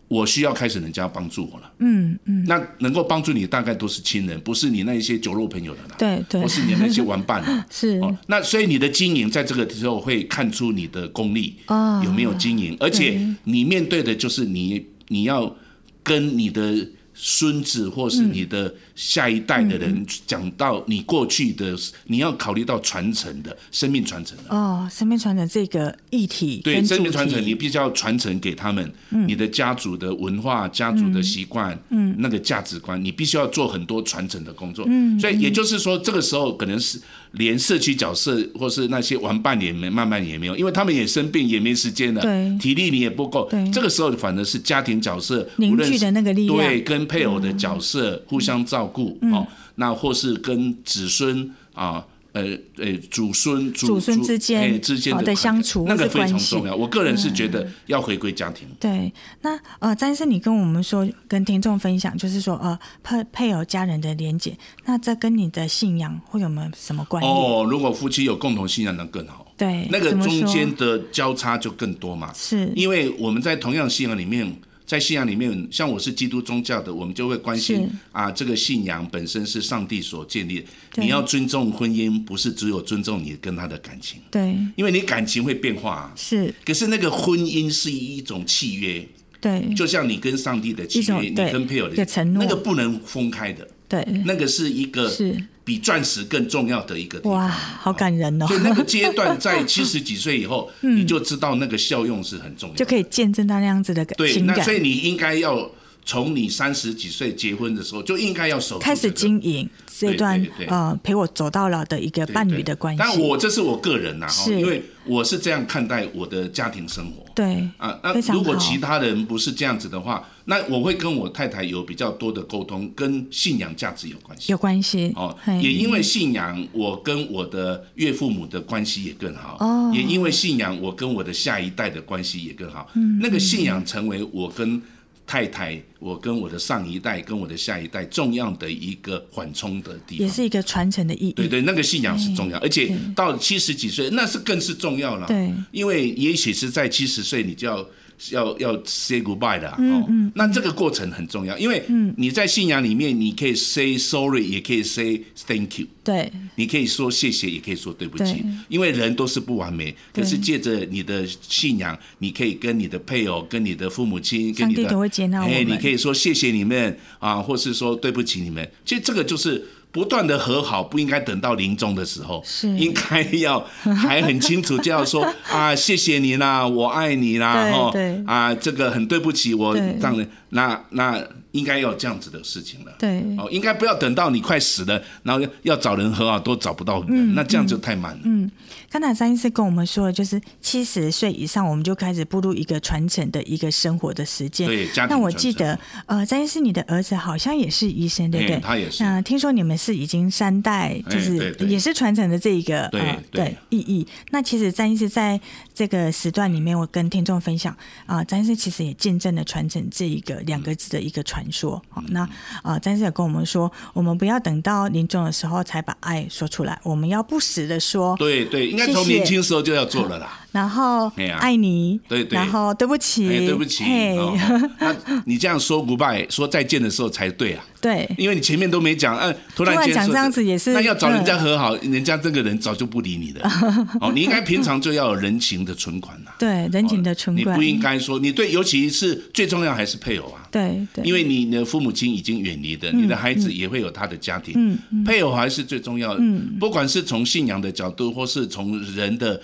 Speaker 1: 我需要开始人家帮助我了，
Speaker 2: 嗯嗯，
Speaker 1: 那能够帮助你大概都是亲人，不是你那一些酒肉朋友了啦，
Speaker 2: 对对
Speaker 1: 或是你那些玩伴啦。
Speaker 2: 是
Speaker 1: 哦，那所以你的经营在这个时候会看出你的功力
Speaker 2: 哦
Speaker 1: 有没有经营，而且你面对的就是你你要跟你的孙子或是你的下一代的人讲到你过去的，你要考虑到传承的生命传承的。
Speaker 2: 哦，生命传承这个议题
Speaker 1: 对
Speaker 2: 跟
Speaker 1: 生命
Speaker 2: 主
Speaker 1: 传承，
Speaker 2: 题嗯
Speaker 1: 你必须要传承给他们、你的家族的文化、家族的习惯、嗯，那个价值观，你必须要做很多传承的工作。嗯，所以也就是说，这个时候可能是连社区角色或是那些玩伴也没慢慢也没有，因为他们也生病，也没时间了，
Speaker 2: 对
Speaker 1: 体力你也不够
Speaker 2: 对。
Speaker 1: 这个时候反而是家庭角色
Speaker 2: 凝聚
Speaker 1: 无论是
Speaker 2: 的那个力量嗯
Speaker 1: 对，跟配偶的角色互相照顾、哦，那或是跟子孙啊。呃呃，祖孙祖
Speaker 2: 祖孙
Speaker 1: 祖
Speaker 2: 之间
Speaker 1: 哎之间
Speaker 2: 好
Speaker 1: 的
Speaker 2: 的
Speaker 1: 关
Speaker 2: 相处
Speaker 1: 那
Speaker 2: 或
Speaker 1: 个
Speaker 2: 是
Speaker 1: 非常
Speaker 2: 关系嗯
Speaker 1: 重要。我个人是觉得要回归家庭。
Speaker 2: 对，那呃，詹医生，你跟我们说，跟听众分享，就是说，呃，配配偶家人的连结，那这跟你的信仰会有没有什么关联？
Speaker 1: 哦，如果夫妻有共同信仰，那更好。
Speaker 2: 对，
Speaker 1: 那个
Speaker 2: 怎么
Speaker 1: 中
Speaker 2: 说
Speaker 1: 间的交叉就更多嘛，
Speaker 2: 是
Speaker 1: 因为我们在同样信仰里面，在信仰里面，像我是基督宗教的，我们就会关心
Speaker 2: 是
Speaker 1: 啊，这个信仰本身是上帝所建立的。
Speaker 2: 对
Speaker 1: 你要尊重婚姻，不是只有尊重你跟他的感情，
Speaker 2: 对，
Speaker 1: 因为你感情会变化、啊。
Speaker 2: 是
Speaker 1: 可是那个婚姻是一种契约，
Speaker 2: 对，
Speaker 1: 就像你跟上帝的契
Speaker 2: 一种
Speaker 1: 约，你
Speaker 2: 对
Speaker 1: 跟配偶
Speaker 2: 一个
Speaker 1: 的
Speaker 2: 承诺
Speaker 1: 那个不能分开的。
Speaker 2: 对，
Speaker 1: 那个是一个
Speaker 2: 是
Speaker 1: 比钻石更重要的一个地
Speaker 2: 哇，
Speaker 1: 方。
Speaker 2: 好感人 哦
Speaker 1: 所，以那个阶段在七十几岁以后，你就知道那个效用是很重要的。
Speaker 2: 嗯就可以见证到那样子的感
Speaker 1: 对，
Speaker 2: 情
Speaker 1: 那
Speaker 2: 感
Speaker 1: 所，以你应该要从你三十几岁结婚的时候就应该要守住
Speaker 2: 开始
Speaker 1: 这个
Speaker 2: 经营这
Speaker 1: 对
Speaker 2: 段
Speaker 1: 对对
Speaker 2: 呃陪我走到老的一个
Speaker 1: 对
Speaker 2: 伴
Speaker 1: 对
Speaker 2: 侣的关系。
Speaker 1: 但我这是我个人呐、哈，
Speaker 2: 是
Speaker 1: 因为我是这样看待我的家庭生活。
Speaker 2: 对
Speaker 1: 啊，那
Speaker 2: 非常
Speaker 1: 如果
Speaker 2: 好
Speaker 1: 其他人不是这样子的话，那我会跟我太太有比较多的沟通，跟信仰价值有关系。
Speaker 2: 有关系
Speaker 1: 哦，
Speaker 2: 嘿
Speaker 1: 也因为信仰，我跟我的岳父母的关系也更好。
Speaker 2: 哦
Speaker 1: 也因为信仰，我跟我的下一代的关系也更好。
Speaker 2: 嗯
Speaker 1: 那个信仰成为我跟太太、我跟我的上一代、跟我的下一代重要的一个缓冲的地
Speaker 2: 也
Speaker 1: 方。
Speaker 2: 是一个传承的意义。
Speaker 1: 对对，那个信仰是重要，而且到七十几岁，那是更是重要了。
Speaker 2: 对
Speaker 1: 因为也许是在七十岁，你就要要要 say goodbye 了啊。哦，那这个过程很重要，因为你在信仰里面，你可以 say sorry，也可以 say thank you。
Speaker 2: 对
Speaker 1: 你可以说谢谢，也可以说对不起
Speaker 2: 对，
Speaker 1: 因为人都是不完美。
Speaker 2: 对
Speaker 1: 可是借着你的信仰，你可以跟你的配偶、跟你的父母亲、跟
Speaker 2: 上
Speaker 1: 你
Speaker 2: 帝
Speaker 1: 的
Speaker 2: 都会接纳我
Speaker 1: 哎，
Speaker 2: 们
Speaker 1: 你可以说谢谢你们啊，或是说对不起你们。其实这个就是不断的和好，不应该等到临终的时候，
Speaker 2: 是
Speaker 1: 应该要还很清楚，就要 说啊，谢谢你啦，我爱你啦，
Speaker 2: 对
Speaker 1: 吼
Speaker 2: 对
Speaker 1: 啊，这个很对不起，我
Speaker 2: 对
Speaker 1: 让人那那应该要有这样子的事情了。
Speaker 2: 对
Speaker 1: 哦，应该不要等到你快死了，然后要要找人和好都找不到人，
Speaker 2: 嗯
Speaker 1: 那这样就太慢了。
Speaker 2: 刚才张医师跟我们说了，就是七十岁以上，我们就开始步入一个传承的一个生活的实践。
Speaker 1: 对家庭
Speaker 2: 嗯那我
Speaker 1: 传承
Speaker 2: 记得，呃，张医师，你的儿子好像也是医生，对不对？
Speaker 1: 哎他也是哎
Speaker 2: 那听说你们是已经三代，就
Speaker 1: 对
Speaker 2: 是
Speaker 1: 对
Speaker 2: 也是传承的这一个
Speaker 1: 对
Speaker 2: 呃
Speaker 1: 对
Speaker 2: 对意义。那其实张医师在这个时段里面，我跟听众分享啊，张医师其实也见证了传承这一个两个字的一个传说。好，那
Speaker 1: 嗯
Speaker 2: 啊，张医师也跟我们说，我们不要等到临终的时候才把爱说出来，我们要不时的说。
Speaker 1: 对对，应该
Speaker 2: 谢
Speaker 1: 从
Speaker 2: 谢
Speaker 1: 年轻时候就要做了 啦。
Speaker 2: 然后
Speaker 1: 哎呀
Speaker 2: 爱你，
Speaker 1: 对对
Speaker 2: 然后对不起，
Speaker 1: 哎，对不起，
Speaker 2: 嘿
Speaker 1: 哦，那你这样说 goodbye 说再见的时候才对啊，
Speaker 2: 对
Speaker 1: 因为你前面都没讲，嗯、突然
Speaker 2: 突然
Speaker 1: 间
Speaker 2: 讲
Speaker 1: 说
Speaker 2: 这样子也是
Speaker 1: 那要找人家和好，人家这个人早就不理你了。
Speaker 2: 嗯
Speaker 1: 哦，你应该平常就要有人情的存款呐、
Speaker 2: 对， 人情的存
Speaker 1: 哦你
Speaker 2: 款
Speaker 1: 不，应该说你对，尤其是最重要还是配偶啊。
Speaker 2: 对对，
Speaker 1: 因
Speaker 2: 为
Speaker 1: 为你的父母亲已经远离的，
Speaker 2: 嗯
Speaker 1: 你的孩子也会有他的家庭，配偶还是最重要的。
Speaker 2: 嗯
Speaker 1: 不管是从信仰的角度，或是从人的，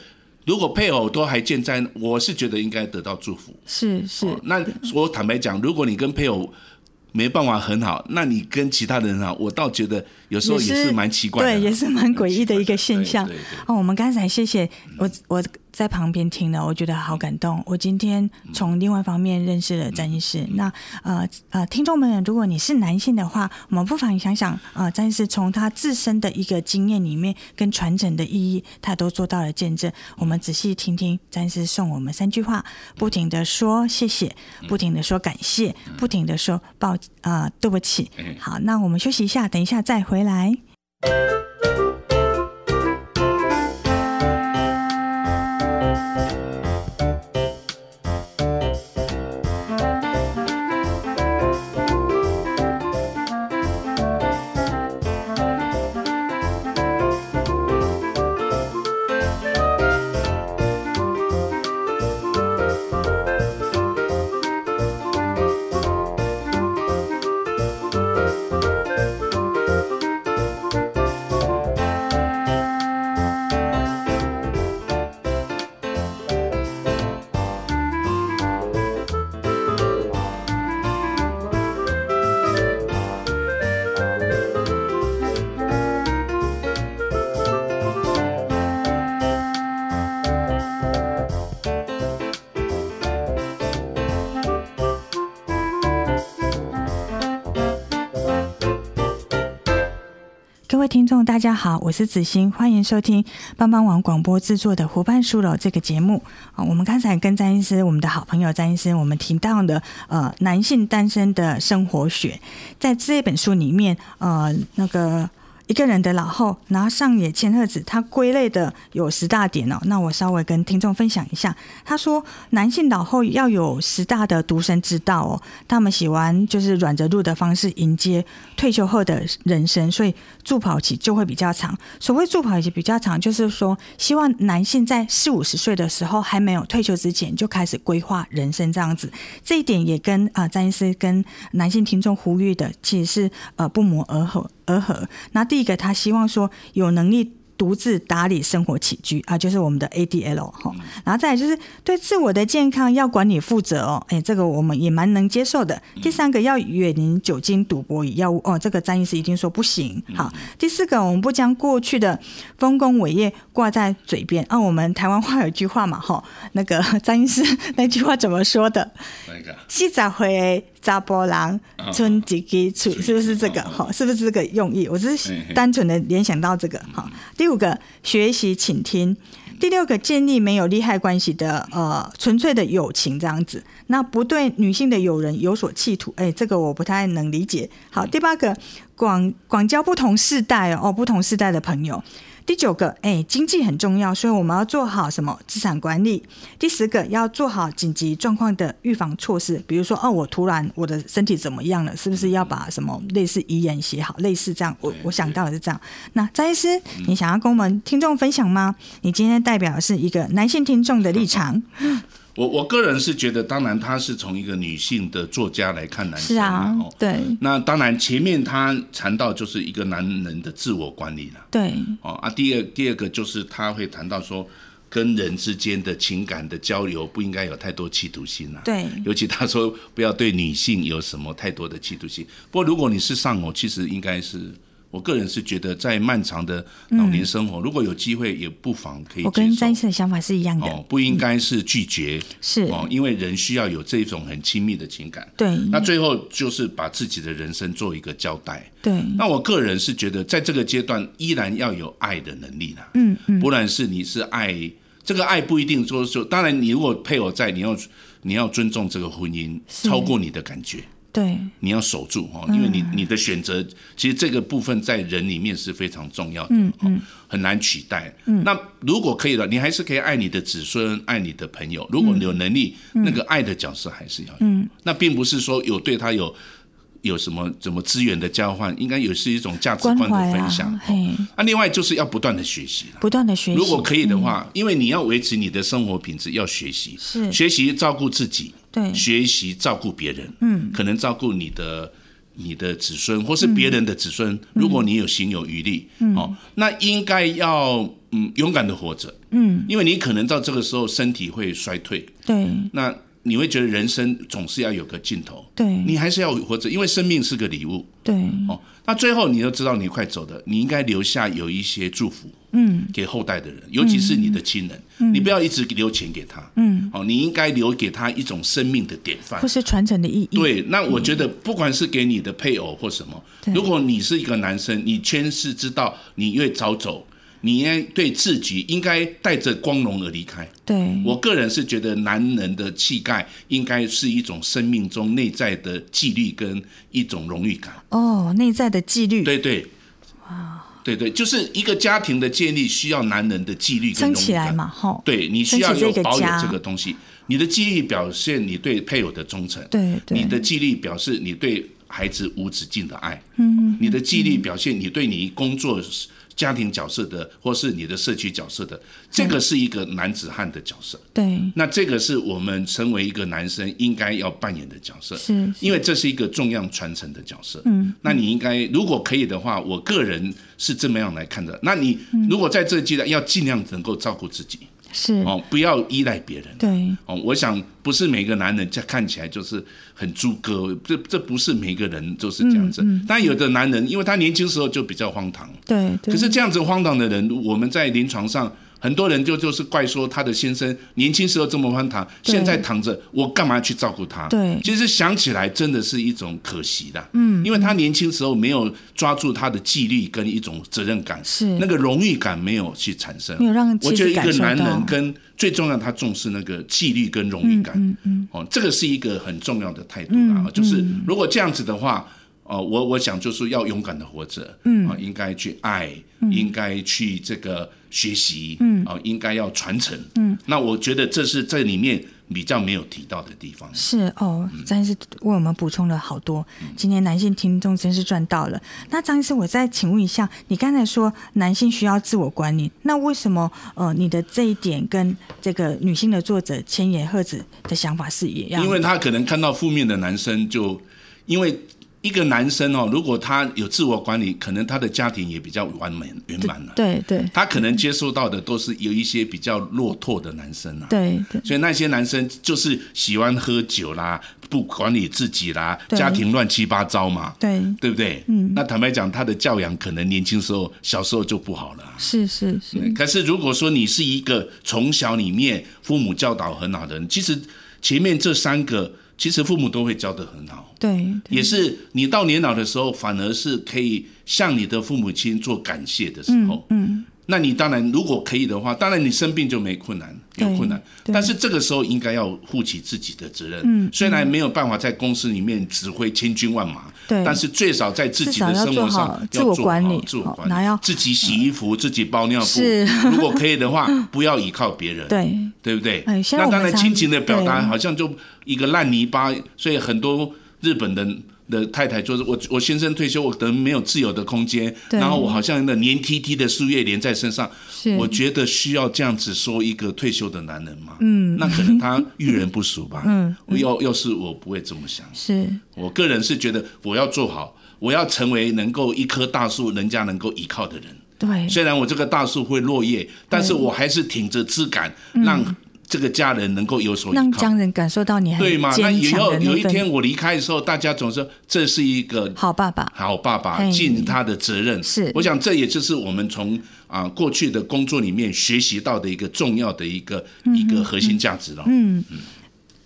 Speaker 1: 如果配偶都还健在，我是觉得应该得到祝福。
Speaker 2: 是是
Speaker 1: 哦那我坦白讲，如果你跟配偶没办法很好，那你跟其他人很好，我倒觉得有时候也是蛮奇怪的啦，
Speaker 2: 对，也是蛮诡异的一个现象
Speaker 1: 对对对。
Speaker 2: 哦，我们刚才谢谢我，我在旁边听了，我觉得好感动。我今天从另外一方面认识了詹医师。那呃呃，听众们，如果你是男性的话，我们不妨想想，呃，詹医师从他自身的一个经验里面跟传承的意义，他都做到了见证。我们仔细听听詹医师送我们三句话，不停的说谢谢，不停的说感谢，不停的说抱啊、呃、对不起
Speaker 1: 嗯。
Speaker 2: 好，那我们休息一下，等一下再回来。各位听众，大家好，我是子欣，欢迎收听帮帮网广播制作的《湖畔书楼》这个节目啊。我们刚才跟詹医师，我们的好朋友詹医师，我们提到的呃男性单身的生活学，在这本书里面，呃，那个一个人的老后，然后上野千鹤子，他归类的有十大点哦。那我稍微跟听众分享一下，他说男性老后要有十大的独身之道哦，他们喜欢就是软着陆的方式迎接退休后的人生，所以助跑期就会比较长。所谓助跑期比较长，就是说希望男性在四五十岁的时候还没有退休之前就开始规划人生这样子。这一点也跟啊、呃、詹医师跟男性听众呼吁的其实是呃不谋而合而合。那第一个，他希望说有能力。独自打理生活起居啊，就是我们的 ADL 哈，然后再来就是对自我的健康要管理负责哦，哎，这个我们也蛮能接受的。第三个要远离酒精、赌博与药物哦，这个詹医师一定说不行。好，第四个我们不将过去的丰功伟业挂在嘴边啊，我们台湾话有一句 话嘛哈，那个詹医师那句话怎么说的？
Speaker 1: 那个
Speaker 2: 七十岁查波郎
Speaker 1: 啊
Speaker 2: 村吉吉处，
Speaker 1: 是
Speaker 2: 是不是这个？
Speaker 1: 啊
Speaker 2: 好，是不是这个用意？我只是
Speaker 1: 嘿嘿嗯
Speaker 2: 单纯的联想到这个。好，第五个学习倾听，第六个建立没有利害关系的呃纯粹的友情这样子。那不对女性的友人有所企图，哎，这个我不太能理解。好，
Speaker 1: 嗯
Speaker 2: 第八个广广交不同世代哦，哦不同世代的朋友。第九个，哎，经济很重要，所以我们要做好什么资产管理。第十个，要做好紧急状况的预防措施，比如说，哦，我突然我的身体怎么样了，是不是要把什么类似遗言写好，类似这样。我
Speaker 1: 对嗯
Speaker 2: 我想到的是这样。那张医师，你想要跟我们听众分享吗？你今天代表的是一个男性听众的立
Speaker 1: 嗯
Speaker 2: 场，
Speaker 1: 我我个人是觉得，当然他是从一个女性的作家来看男
Speaker 2: 是
Speaker 1: 生
Speaker 2: 啊
Speaker 1: 嘛哦，
Speaker 2: 对
Speaker 1: 那当然前面他谈到就是一个男人的自我管理了。
Speaker 2: 对
Speaker 1: 哦啊，第二第二个就是他会谈到说，跟人之间的情感的交流不应该有太多企图心啊。
Speaker 2: 对
Speaker 1: 尤其他说不要对女性有什么太多的企图心。不过如果你是丧偶，其实应该是。我个人是觉得，在漫长的老年生活，如果有机会，也不妨可以
Speaker 2: 嗯我
Speaker 1: 接
Speaker 2: 跟张医
Speaker 1: 受。
Speaker 2: 师的想法是一样的，
Speaker 1: 哦，不应该是拒绝、
Speaker 2: 是、
Speaker 1: 哦，因为人需要有这种很亲密的情感。
Speaker 2: 对
Speaker 1: 那最后就是把自己的人生做一个交代。
Speaker 2: 对
Speaker 1: 那我个人是觉得，在这个阶段依然要有爱的能力啦。嗯嗯，不然是你是爱这个爱不一定说说，当然你如果配偶在，你要你要尊重这个婚姻，超过你的感觉，
Speaker 2: 对
Speaker 1: 你要守住
Speaker 2: 嗯
Speaker 1: 哦，因为你你的选择，其实这个部分在人里面是非常重要的，嗯嗯，很难取代。嗯，那如果可以的，你还是可以爱你的子孙，爱你的朋
Speaker 2: 嗯
Speaker 1: 友。如果你有能力，那个爱的角色还是要有。嗯，那并不是说有对他有。有什么怎么资源的交换，应该也是一种价值
Speaker 2: 关
Speaker 1: 观的
Speaker 2: 怀
Speaker 1: 分
Speaker 2: 啊
Speaker 1: 享。，
Speaker 2: 嘿，
Speaker 1: 那、另外就是要不断的学习啦
Speaker 2: 不断的学习，嗯
Speaker 1: 如果可以的话，因为你要维持你的生活品质，要学习，
Speaker 2: 是
Speaker 1: 学习照顾自己，
Speaker 2: 对
Speaker 1: 学习照顾别人，嗯，可能照顾你的你的子孙，或是别人的子孙。如果你有行有余力，哦，那应该要嗯勇敢的活着，嗯，因为你可能到这个时候身体会衰退，
Speaker 2: 对
Speaker 1: 那你会觉得人生总是要有个尽头，
Speaker 2: 对
Speaker 1: 你还是要活着，因为生命是个礼物，
Speaker 2: 对
Speaker 1: 哦，那最后你就知道你快走的，你应该留下有一些祝福，嗯，给后代的人，尤其是你的亲人，你不要一直留钱给他，嗯，哦，你应该留给他一种生命的典范
Speaker 2: 或。是传承的意义，
Speaker 1: 对，那
Speaker 2: 嗯
Speaker 1: 我觉得不管是给你的配偶或什么，如果你是一个男生，你先是知道你越早走，你应该对自己应该带着光荣而离开。
Speaker 2: 对
Speaker 1: 我个人是觉得男人的气概应该是一种生命中内在的纪律跟一种荣誉感。
Speaker 2: 哦，内在的纪律，
Speaker 1: 对对，对对，就是一个家庭的建立需要男人的纪律跟
Speaker 2: 撑
Speaker 1: 荣
Speaker 2: 起
Speaker 1: 誉
Speaker 2: 来
Speaker 1: 感。
Speaker 2: 嘛，吼，
Speaker 1: 对你需要
Speaker 2: 撑起
Speaker 1: 有
Speaker 2: 这个
Speaker 1: 保有
Speaker 2: 家
Speaker 1: 这个东西，你的纪律表现你对配偶的忠诚，
Speaker 2: 对对
Speaker 1: 你的纪律表示你对孩子无止境的爱，嗯，你的纪律表现你对你工作、家庭角色的，或是你的社区角色的，这个是一个男子汉的角色。
Speaker 2: 对
Speaker 1: 那这个是我们身为一个男生应该要扮演的角色，
Speaker 2: 是是
Speaker 1: 因为这是一个重要传承的角色。嗯，那你应该如果可以的话，我个人是这么样来看的。那你如果在这阶段要尽量能够照顾自己
Speaker 2: 是，
Speaker 1: 哦，不要依赖别人。
Speaker 2: 对
Speaker 1: 哦，我想不是每个男人这看起来就是很猪哥，这这不是每个人就是这样子。
Speaker 2: 嗯
Speaker 1: 但有的男人，因为他年轻时候就比较荒唐，
Speaker 2: 对对，
Speaker 1: 可是这样子荒唐的人，我们在临床上很多人就就是怪说他的先生年轻时候这么荒唐，
Speaker 2: 对
Speaker 1: 现在躺着，我干嘛去照顾他？
Speaker 2: 对
Speaker 1: 其实想起来真的是一种可惜的，嗯，因为他年轻时候没有抓住他的纪律跟一种责任感，
Speaker 2: 是
Speaker 1: 那个荣誉感没有去产生，
Speaker 2: 没有让
Speaker 1: 我
Speaker 2: 妻
Speaker 1: 觉得
Speaker 2: 子
Speaker 1: 一
Speaker 2: 感
Speaker 1: 个
Speaker 2: 受
Speaker 1: 男
Speaker 2: 到
Speaker 1: 人，跟最重要，他重视那个纪律跟荣誉感。嗯嗯哦，这个是一个很重要的态度
Speaker 2: 嗯
Speaker 1: 啦。就是如果这样子的话，哦，我我想就是要勇敢的活着。嗯。啊、应该去爱，
Speaker 2: 嗯
Speaker 1: 应该去这个学习。嗯。啊、应该要传承。嗯。那我觉得这是这里面比较没有提到的地方。
Speaker 2: 是哦，
Speaker 1: 嗯
Speaker 2: 张医师为我们补充了好多，今天男性听众真是赚到了。那张医师，我再请问一下，你刚才说男性需要自我管理，那为什么呃你的这一点跟这个女性的作者千野鹤子的想法是一样的？
Speaker 1: 因为他可能看到负面的男生就，因为一个男生哦，如果他有自我管理，可能他的家庭也比较完美圆满了、
Speaker 2: 对对
Speaker 1: 他可能接受到的都是有一些比较落拓的男生啊。
Speaker 2: 对对
Speaker 1: 所以那些男生就是喜欢喝酒啦，不管理自己啦，
Speaker 2: 对
Speaker 1: 家庭乱七八糟嘛，
Speaker 2: 对，
Speaker 1: 对不对？嗯。那坦白讲，他的教养可能年轻时候、小时候就不好了啊。
Speaker 2: 是是是，
Speaker 1: 可是如果说你是一个从小里面父母教导很好的人，其实前面这三个其实父母都会教得很好，
Speaker 2: 对，
Speaker 1: 也是你到年老的时候，反而是可以向你的父母亲做感谢的时候。
Speaker 2: 嗯，
Speaker 1: 那你当然如果可以的话，当然你生病就没困难，有
Speaker 2: 对
Speaker 1: 困难，
Speaker 2: 对
Speaker 1: 但是这个时候应该要负起自己的责任。
Speaker 2: 嗯
Speaker 1: 虽然没有办法在公司里面指挥千军万马，
Speaker 2: 对
Speaker 1: 但是最少在自
Speaker 2: 至
Speaker 1: 己
Speaker 2: 少
Speaker 1: 的
Speaker 2: 要
Speaker 1: 生
Speaker 2: 做
Speaker 1: 活
Speaker 2: 好
Speaker 1: 上
Speaker 2: 自我管理
Speaker 1: 自我
Speaker 2: 好
Speaker 1: 管理，
Speaker 2: 然后要呃
Speaker 1: 自己洗衣服，自己包尿布
Speaker 2: 是。
Speaker 1: 如果可以的 话，不要依靠别人。
Speaker 2: 对，
Speaker 1: 对不对？
Speaker 2: 哎像
Speaker 1: 那
Speaker 2: 我们
Speaker 1: 当然，
Speaker 2: 常
Speaker 1: 亲情的表达
Speaker 2: 对
Speaker 1: 好像就一个烂泥巴，所以很多日本人的太太就是我，我先生退休，我等没有自由的空间，
Speaker 2: 对
Speaker 1: 然后我好像那黏 T T 的树叶连在身上，
Speaker 2: 是，
Speaker 1: 我觉得需要这样子说一个退休的男人吗？
Speaker 2: 嗯
Speaker 1: 那可能他遇人不淑吧。
Speaker 2: 嗯，
Speaker 1: 要要是我不会这么想，
Speaker 2: 是
Speaker 1: 我个人是觉得我要做好，我要成为能够一棵大树人家能够依靠的人。
Speaker 2: 对，
Speaker 1: 虽然我这个大树会落叶，但是我还是挺着枝杆，让这个家人能够有所依
Speaker 2: 嗯让
Speaker 1: 靠
Speaker 2: 家，人感受到你很
Speaker 1: 对吗？那
Speaker 2: 坚
Speaker 1: 也
Speaker 2: 强
Speaker 1: 要
Speaker 2: 的
Speaker 1: 有
Speaker 2: 那
Speaker 1: 一天
Speaker 2: 份
Speaker 1: 我离开的时候，大家总说这是一个
Speaker 2: 好爸爸。
Speaker 1: 好爸爸
Speaker 2: 嘿
Speaker 1: 尽他的责任。
Speaker 2: 是
Speaker 1: 我想这也就是我们从啊、过去的工作里面学习到的一个重要的一个、一个核心价值了。
Speaker 2: 嗯，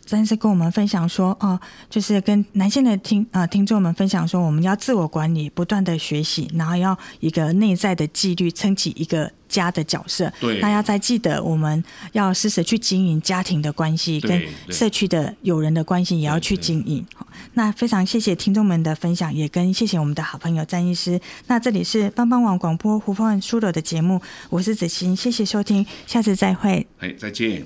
Speaker 2: 詹是跟我们分享说，哦、就是跟男性的听呃听众们分享说，我们要自我管理，不断的学习，然后要一个内在的纪律，撑起一个家的角色。
Speaker 1: 对
Speaker 2: 大家再记得，我们要适时去经营家庭的关系，
Speaker 1: 对
Speaker 2: 跟
Speaker 1: 对
Speaker 2: 社区的友人的关系也要去经营。好那非常谢谢听众们的分享，也跟谢谢我们的好朋友詹医师。那这里是帮帮网广播湖畔书楼的节目，我是子欣，谢谢收听，下次再会。
Speaker 1: 哎，再见。